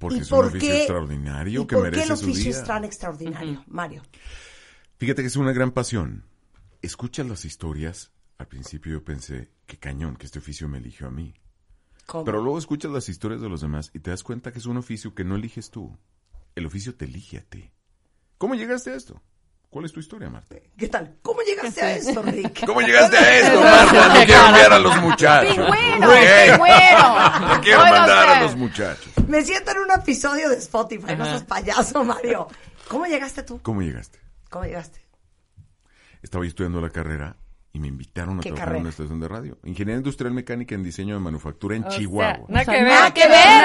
Speaker 13: Porque
Speaker 1: ¿Y
Speaker 13: es
Speaker 1: por
Speaker 13: un oficio
Speaker 1: qué-
Speaker 13: extraordinario
Speaker 1: y
Speaker 13: que
Speaker 1: por
Speaker 13: merece
Speaker 1: qué el
Speaker 13: su
Speaker 1: oficio
Speaker 13: día.
Speaker 1: es tan extraordinario, Mario?
Speaker 13: Fíjate que es una gran pasión. Escucha las historias. Al principio yo pensé, qué cañón que este oficio me eligió a mí.
Speaker 1: ¿Cómo?
Speaker 13: Pero luego escuchas las historias de los demás y te das cuenta que es un oficio que no eliges tú. El oficio te elige a ti. ¿Cómo llegaste a esto? ¿Cuál es tu historia, Marta?
Speaker 1: ¿Qué tal? ¿Cómo llegaste a esto, Rick?
Speaker 13: ¿Cómo llegaste
Speaker 1: <laughs>
Speaker 13: a esto, Marta? No quiero enviar a los muchachos.
Speaker 5: Pingüino,
Speaker 13: Güey,
Speaker 5: pingüino.
Speaker 13: No quiero
Speaker 5: Oiga
Speaker 13: mandar a
Speaker 5: usted.
Speaker 13: los muchachos.
Speaker 1: Me siento en un episodio de Spotify, no seas payaso, Mario. ¿Cómo llegaste tú?
Speaker 13: ¿Cómo llegaste?
Speaker 1: ¿Cómo llegaste?
Speaker 13: Estaba yo estudiando la carrera y me invitaron a
Speaker 1: ¿Qué
Speaker 13: trabajar
Speaker 1: carrera?
Speaker 13: en una estación de radio. Ingeniería industrial mecánica en diseño de manufactura en
Speaker 15: O sea,
Speaker 13: Chihuahua.
Speaker 15: nada que
Speaker 5: sea,
Speaker 15: ver.
Speaker 5: nada que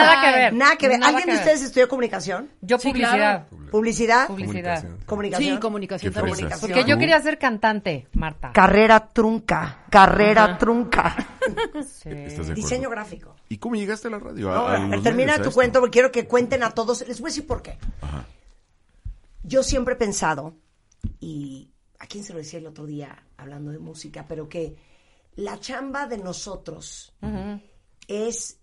Speaker 5: ver.
Speaker 15: Nada que ver.
Speaker 1: Nada que ver.
Speaker 15: Nada
Speaker 1: ¿Alguien de
Speaker 15: que ver.
Speaker 1: ustedes estudió comunicación?
Speaker 15: Yo
Speaker 5: Sí,
Speaker 15: publicidad.
Speaker 1: ¿Publicidad?
Speaker 15: Publicidad.
Speaker 1: ¿Comunicación?
Speaker 5: Sí, comunicación
Speaker 13: Qué
Speaker 5: también.
Speaker 13: fresas.
Speaker 15: Porque yo quería ser cantante, Marta.
Speaker 1: Carrera trunca, carrera trunca.
Speaker 15: Sí.
Speaker 13: ¿Estás de acuerdo?
Speaker 1: Diseño gráfico.
Speaker 13: ¿Y cómo llegaste a la radio? A-
Speaker 1: No,
Speaker 13: a los
Speaker 1: termina
Speaker 13: medios, a
Speaker 1: tu
Speaker 13: esto.
Speaker 1: cuento porque quiero que cuenten a todos. Les voy a decir por qué.
Speaker 13: Ajá.
Speaker 1: Yo siempre he pensado, y a quién se lo decía el otro día hablando de música, pero que la chamba de nosotros es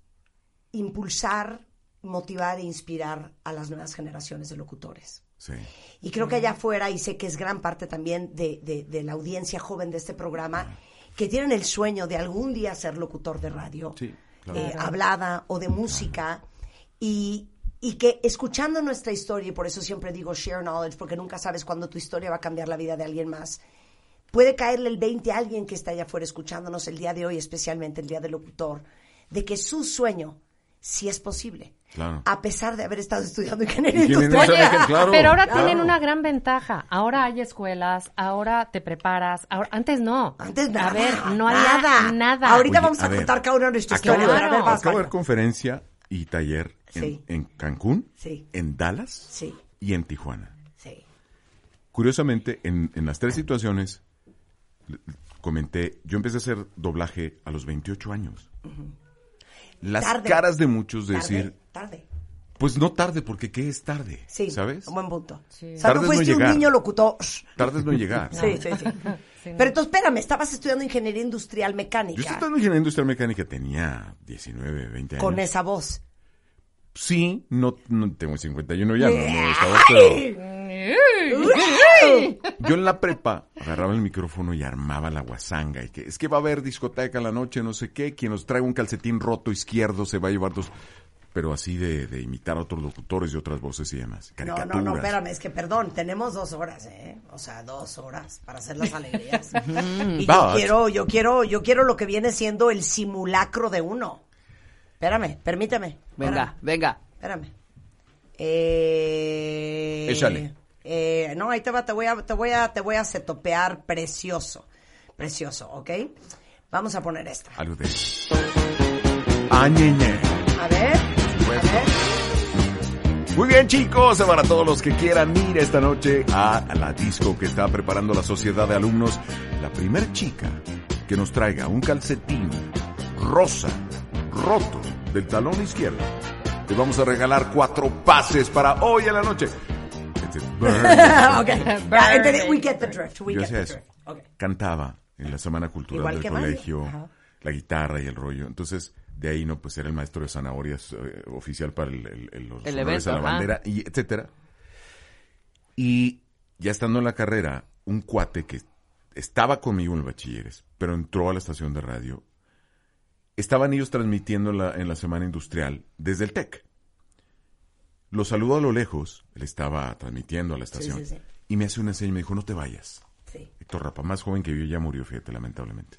Speaker 1: impulsar, motivar e inspirar a las nuevas generaciones de locutores.
Speaker 13: Sí.
Speaker 1: Y creo que allá afuera, y sé que es gran parte también de, de- de la audiencia joven de este programa, que tienen el sueño de algún día ser locutor de radio.
Speaker 13: Sí. Claro.
Speaker 1: eh, hablada o de música y, y que escuchando nuestra historia, y por eso siempre digo share knowledge, porque nunca sabes cuándo tu historia va a cambiar la vida de alguien más, puede caerle el 20 a alguien que está allá afuera escuchándonos el día de hoy, especialmente el día del locutor, de que su sueño sí es posible.
Speaker 13: Claro.
Speaker 1: A pesar de haber estado estudiando ingeniería
Speaker 13: Ingeniería
Speaker 1: industrial.
Speaker 13: industrial, claro,
Speaker 15: Pero ahora
Speaker 13: claro.
Speaker 15: tienen una gran ventaja. Ahora hay escuelas, ahora te preparas. ahora- antes no.
Speaker 1: Antes nada.
Speaker 15: A ver, no había
Speaker 1: nada.
Speaker 15: nada.
Speaker 1: Ahorita
Speaker 13: Oye,
Speaker 1: vamos a,
Speaker 13: a ver,
Speaker 1: contar cada una de nuestras
Speaker 13: Acabo,
Speaker 1: historias.
Speaker 13: de,
Speaker 1: A ver, vas,
Speaker 13: acabo de
Speaker 1: Mario.
Speaker 13: ver conferencia y taller en,
Speaker 1: Ah, Sí.
Speaker 13: en Cancún,
Speaker 1: Sí.
Speaker 13: en Dallas
Speaker 1: Sí,
Speaker 13: y en Tijuana.
Speaker 1: sí.
Speaker 13: Curiosamente, en, en las tres situaciones, l- comenté, yo empecé a hacer doblaje a los 28 años. Las
Speaker 1: Tarde.
Speaker 13: caras de muchos de
Speaker 1: Tarde,
Speaker 13: decir,
Speaker 1: tarde.
Speaker 13: pues no tarde, porque ¿qué es tarde?
Speaker 1: Sí,
Speaker 13: ¿Sabes?
Speaker 1: un buen punto. O sea,
Speaker 13: Tarde
Speaker 1: no
Speaker 13: es no
Speaker 1: fuiste un
Speaker 13: llegar.
Speaker 1: niño locutor.
Speaker 13: Tarde es no
Speaker 1: <laughs>
Speaker 13: llegar.
Speaker 1: Sí, sí,
Speaker 15: <laughs>
Speaker 1: sí. Pero entonces, espérame, estabas estudiando ingeniería industrial mecánica.
Speaker 13: Yo estaba estudiando ingeniería industrial mecánica, tenía 19, 20 años.
Speaker 1: Con esa voz.
Speaker 13: Sí, no, no tengo 51 ya, no, no estaba,
Speaker 1: ¡Ay!
Speaker 13: pero yo en la prepa agarraba el micrófono y armaba la guasanga y que es que va a haber discoteca en la noche, no sé qué, quien nos traiga un calcetín roto izquierdo se va a llevar dos, pero así de, de imitar a otros locutores y otras voces y demás.
Speaker 1: No,
Speaker 13: Caricaturas.
Speaker 1: no, no, espérame, es que perdón, tenemos dos horas, ¿eh? O sea, dos horas para hacer las alegrías.
Speaker 15: <laughs>
Speaker 1: y yo
Speaker 13: But-
Speaker 1: quiero, yo quiero, yo quiero lo que viene siendo el simulacro de uno. Espérame, permíteme.
Speaker 10: Venga, venga.
Speaker 1: Espérame. Eh,
Speaker 13: Échale.
Speaker 1: eh, no, ahí te va, te voy a, te voy a, te voy a setopear precioso. Precioso, ¿ok? Vamos a poner esta.
Speaker 13: Algo de Ah, ñeñe.
Speaker 1: A ver. ¿Eh?
Speaker 13: Supuesto. Muy bien chicos, para todos los que quieran ir esta noche a la disco que está preparando la sociedad de alumnos, la primer chica que nos traiga un calcetín rosa, roto, del talón izquierdo, te vamos a regalar cuatro pases para hoy en la noche. Este It's a bird.
Speaker 1: Ah, <laughs> ok. Ya, entendí. We get the drift. We
Speaker 13: Yo
Speaker 1: get
Speaker 13: hacía
Speaker 1: the
Speaker 13: eso.
Speaker 1: drift. Ok.
Speaker 13: Cantaba en la Semana Cultural
Speaker 1: Igual que
Speaker 13: del
Speaker 1: Mario.
Speaker 13: colegio,
Speaker 1: Ajá.
Speaker 13: la guitarra y el rollo. Entonces, de ahí no, pues era el maestro de zanahorias eh, oficial para el, el- el- los
Speaker 10: El
Speaker 13: honores
Speaker 10: evento,
Speaker 13: a la
Speaker 10: ajá.
Speaker 13: bandera, y etcétera. Y ya estando en la carrera, un cuate que estaba conmigo en el bachilleres, pero entró a la estación de radio. Estaban ellos transmitiendo la- en la Semana Industrial desde el TEC. Lo saludo a lo lejos, él estaba transmitiendo a la estación.
Speaker 1: sí, sí.
Speaker 13: Y me hace una seña y me dijo, no te vayas.
Speaker 1: Sí.
Speaker 13: Héctor Rapa, más joven que yo, ya murió, fíjate, lamentablemente.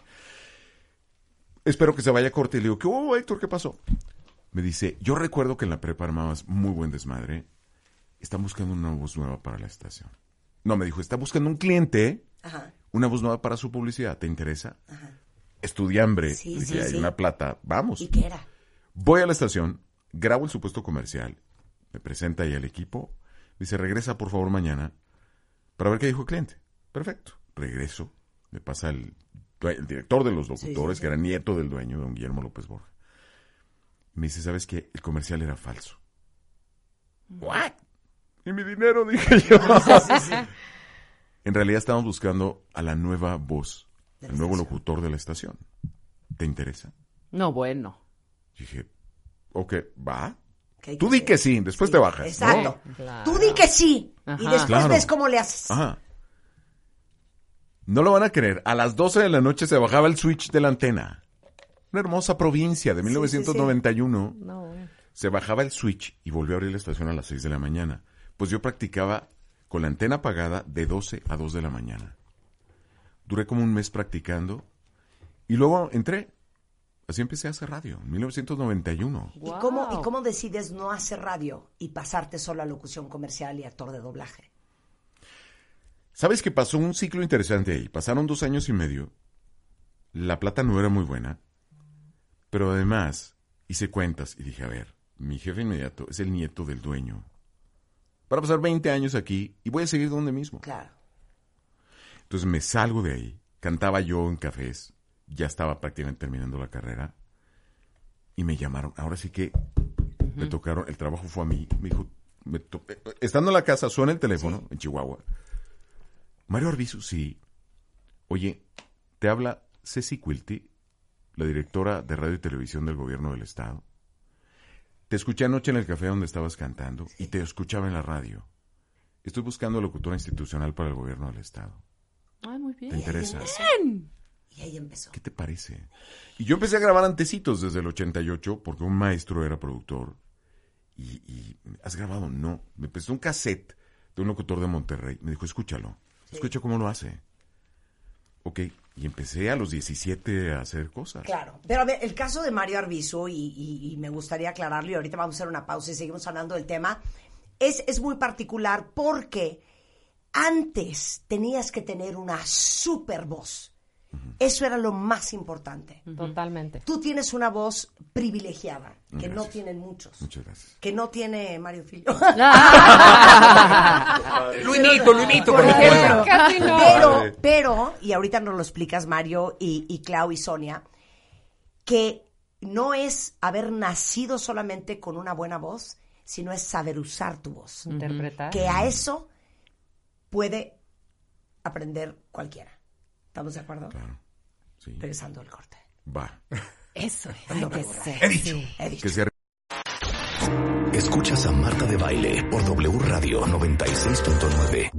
Speaker 13: Espero que se vaya a corte. Y le digo, ¿qué hubo, Héctor? ¿Qué pasó? Me dice, yo recuerdo que en la prepa armabas muy buen desmadre. Están buscando una voz nueva para la estación. No, me dijo, está buscando un cliente,
Speaker 1: Ajá.
Speaker 13: una voz nueva para su publicidad. ¿Te interesa?
Speaker 1: Ajá.
Speaker 13: Estudiambre.
Speaker 1: Sí,
Speaker 13: dije,
Speaker 1: sí,
Speaker 13: hay
Speaker 1: sí.
Speaker 13: una plata. Vamos.
Speaker 1: ¿Y qué era?
Speaker 13: Voy a la estación, grabo el supuesto comercial, me presenta ahí al equipo, dice, regresa por favor mañana para ver qué dijo el cliente. Perfecto. Regreso, me pasa el, due- el director de los locutores, que era nieto del dueño, don Guillermo López Borja. Me dice, ¿sabes qué? El comercial era falso. ¿What? Y mi dinero, <laughs> dije yo. en realidad estábamos buscando a la nueva voz,
Speaker 1: De
Speaker 13: al
Speaker 1: la
Speaker 13: nuevo
Speaker 1: estación.
Speaker 13: locutor de la estación. ¿Te interesa?
Speaker 10: No, bueno.
Speaker 13: Dije, ok, va.
Speaker 1: ¿Qué hay
Speaker 13: Tú
Speaker 1: que
Speaker 13: di que
Speaker 1: hacer?
Speaker 13: sí, después te bajas. ¿no?
Speaker 1: Exacto.
Speaker 10: Sí, claro.
Speaker 1: Tú di que sí. Y
Speaker 10: Ajá.
Speaker 1: después
Speaker 13: Claro.
Speaker 1: ves cómo le haces.
Speaker 13: Ajá. No lo van a creer. A las 12 de la noche se bajaba el switch de la antena. Una hermosa provincia de 1991.
Speaker 15: No, bueno.
Speaker 13: Se bajaba el switch y volvió a abrir la estación a las 6 de la mañana. Pues yo practicaba con la antena apagada de 12 a 2 de la mañana. Duré como un mes practicando y luego entré. Así empecé a hacer radio, en 1991.
Speaker 1: ¿Y, cómo, ¿Y
Speaker 15: Wow.
Speaker 1: cómo decides no hacer radio y pasarte solo a locución comercial y actor de doblaje?
Speaker 13: ¿Sabes que pasó un ciclo interesante ahí? Pasaron dos años y medio. La plata no era muy buena. Pero además, hice cuentas y dije, a ver, mi jefe inmediato es el nieto del dueño. Para pasar 20 años aquí y voy a seguir donde mismo.
Speaker 1: Claro.
Speaker 13: Entonces me salgo de ahí. Cantaba yo en cafés. Ya estaba prácticamente terminando la carrera. Y me llamaron. Ahora sí que me tocaron. El trabajo fue a mí. Me dijo, me to- eh, eh, estando en la casa, suena el teléfono en Chihuahua. Mario Arbizu, sí. Oye, te habla Ceci Quilty, la directora de radio y televisión del gobierno del estado. Te escuché anoche en el café donde estabas cantando y te escuchaba en la radio. Estoy buscando locutora institucional para el gobierno del estado.
Speaker 10: Ay, muy bien.
Speaker 13: ¿Te interesa?
Speaker 1: Y Y ahí empezó.
Speaker 13: ¿Qué te parece? Y yo empecé a grabar antecitos desde el 88 porque un maestro era productor. Y, y, ¿has grabado? No. Me prestó un cassette de un locutor de Monterrey. Me dijo, escúchalo. Escucha cómo lo hace. Ok. Y empecé a los 17 a hacer cosas.
Speaker 1: Claro, pero a ver, el caso de Mario Arbizu, y, y- y me gustaría aclararlo, y ahorita vamos a hacer una pausa y seguimos hablando del tema, es, es muy particular porque antes tenías que tener una super voz. Eso era lo más importante.
Speaker 15: Totalmente.
Speaker 1: Tú tienes una voz privilegiada, que no
Speaker 13: Gracias.
Speaker 1: tienen muchos.
Speaker 13: Muchas gracias.
Speaker 1: Que no tiene Mario Filio.
Speaker 9: Luimito, Luimito, por
Speaker 1: Pero,
Speaker 9: ejemplo.
Speaker 5: Casi no.
Speaker 1: pero, pero, y ahorita nos lo explicas Mario y, y Clau y Sonia, que no es haber nacido solamente con una buena voz, sino es saber usar tu
Speaker 15: <laughs>
Speaker 1: voz.
Speaker 15: Interpretar.
Speaker 13: <laughs>
Speaker 1: Que a eso puede aprender cualquiera. ¿Estamos de acuerdo?
Speaker 13: Claro. Sí.
Speaker 1: Regresando al corte.
Speaker 13: Va.
Speaker 15: Eso es. Hay que ser.
Speaker 9: He dicho.
Speaker 1: He dicho.
Speaker 13: Que sea
Speaker 2: Escuchas a Marta de Baile por W Radio 96.9.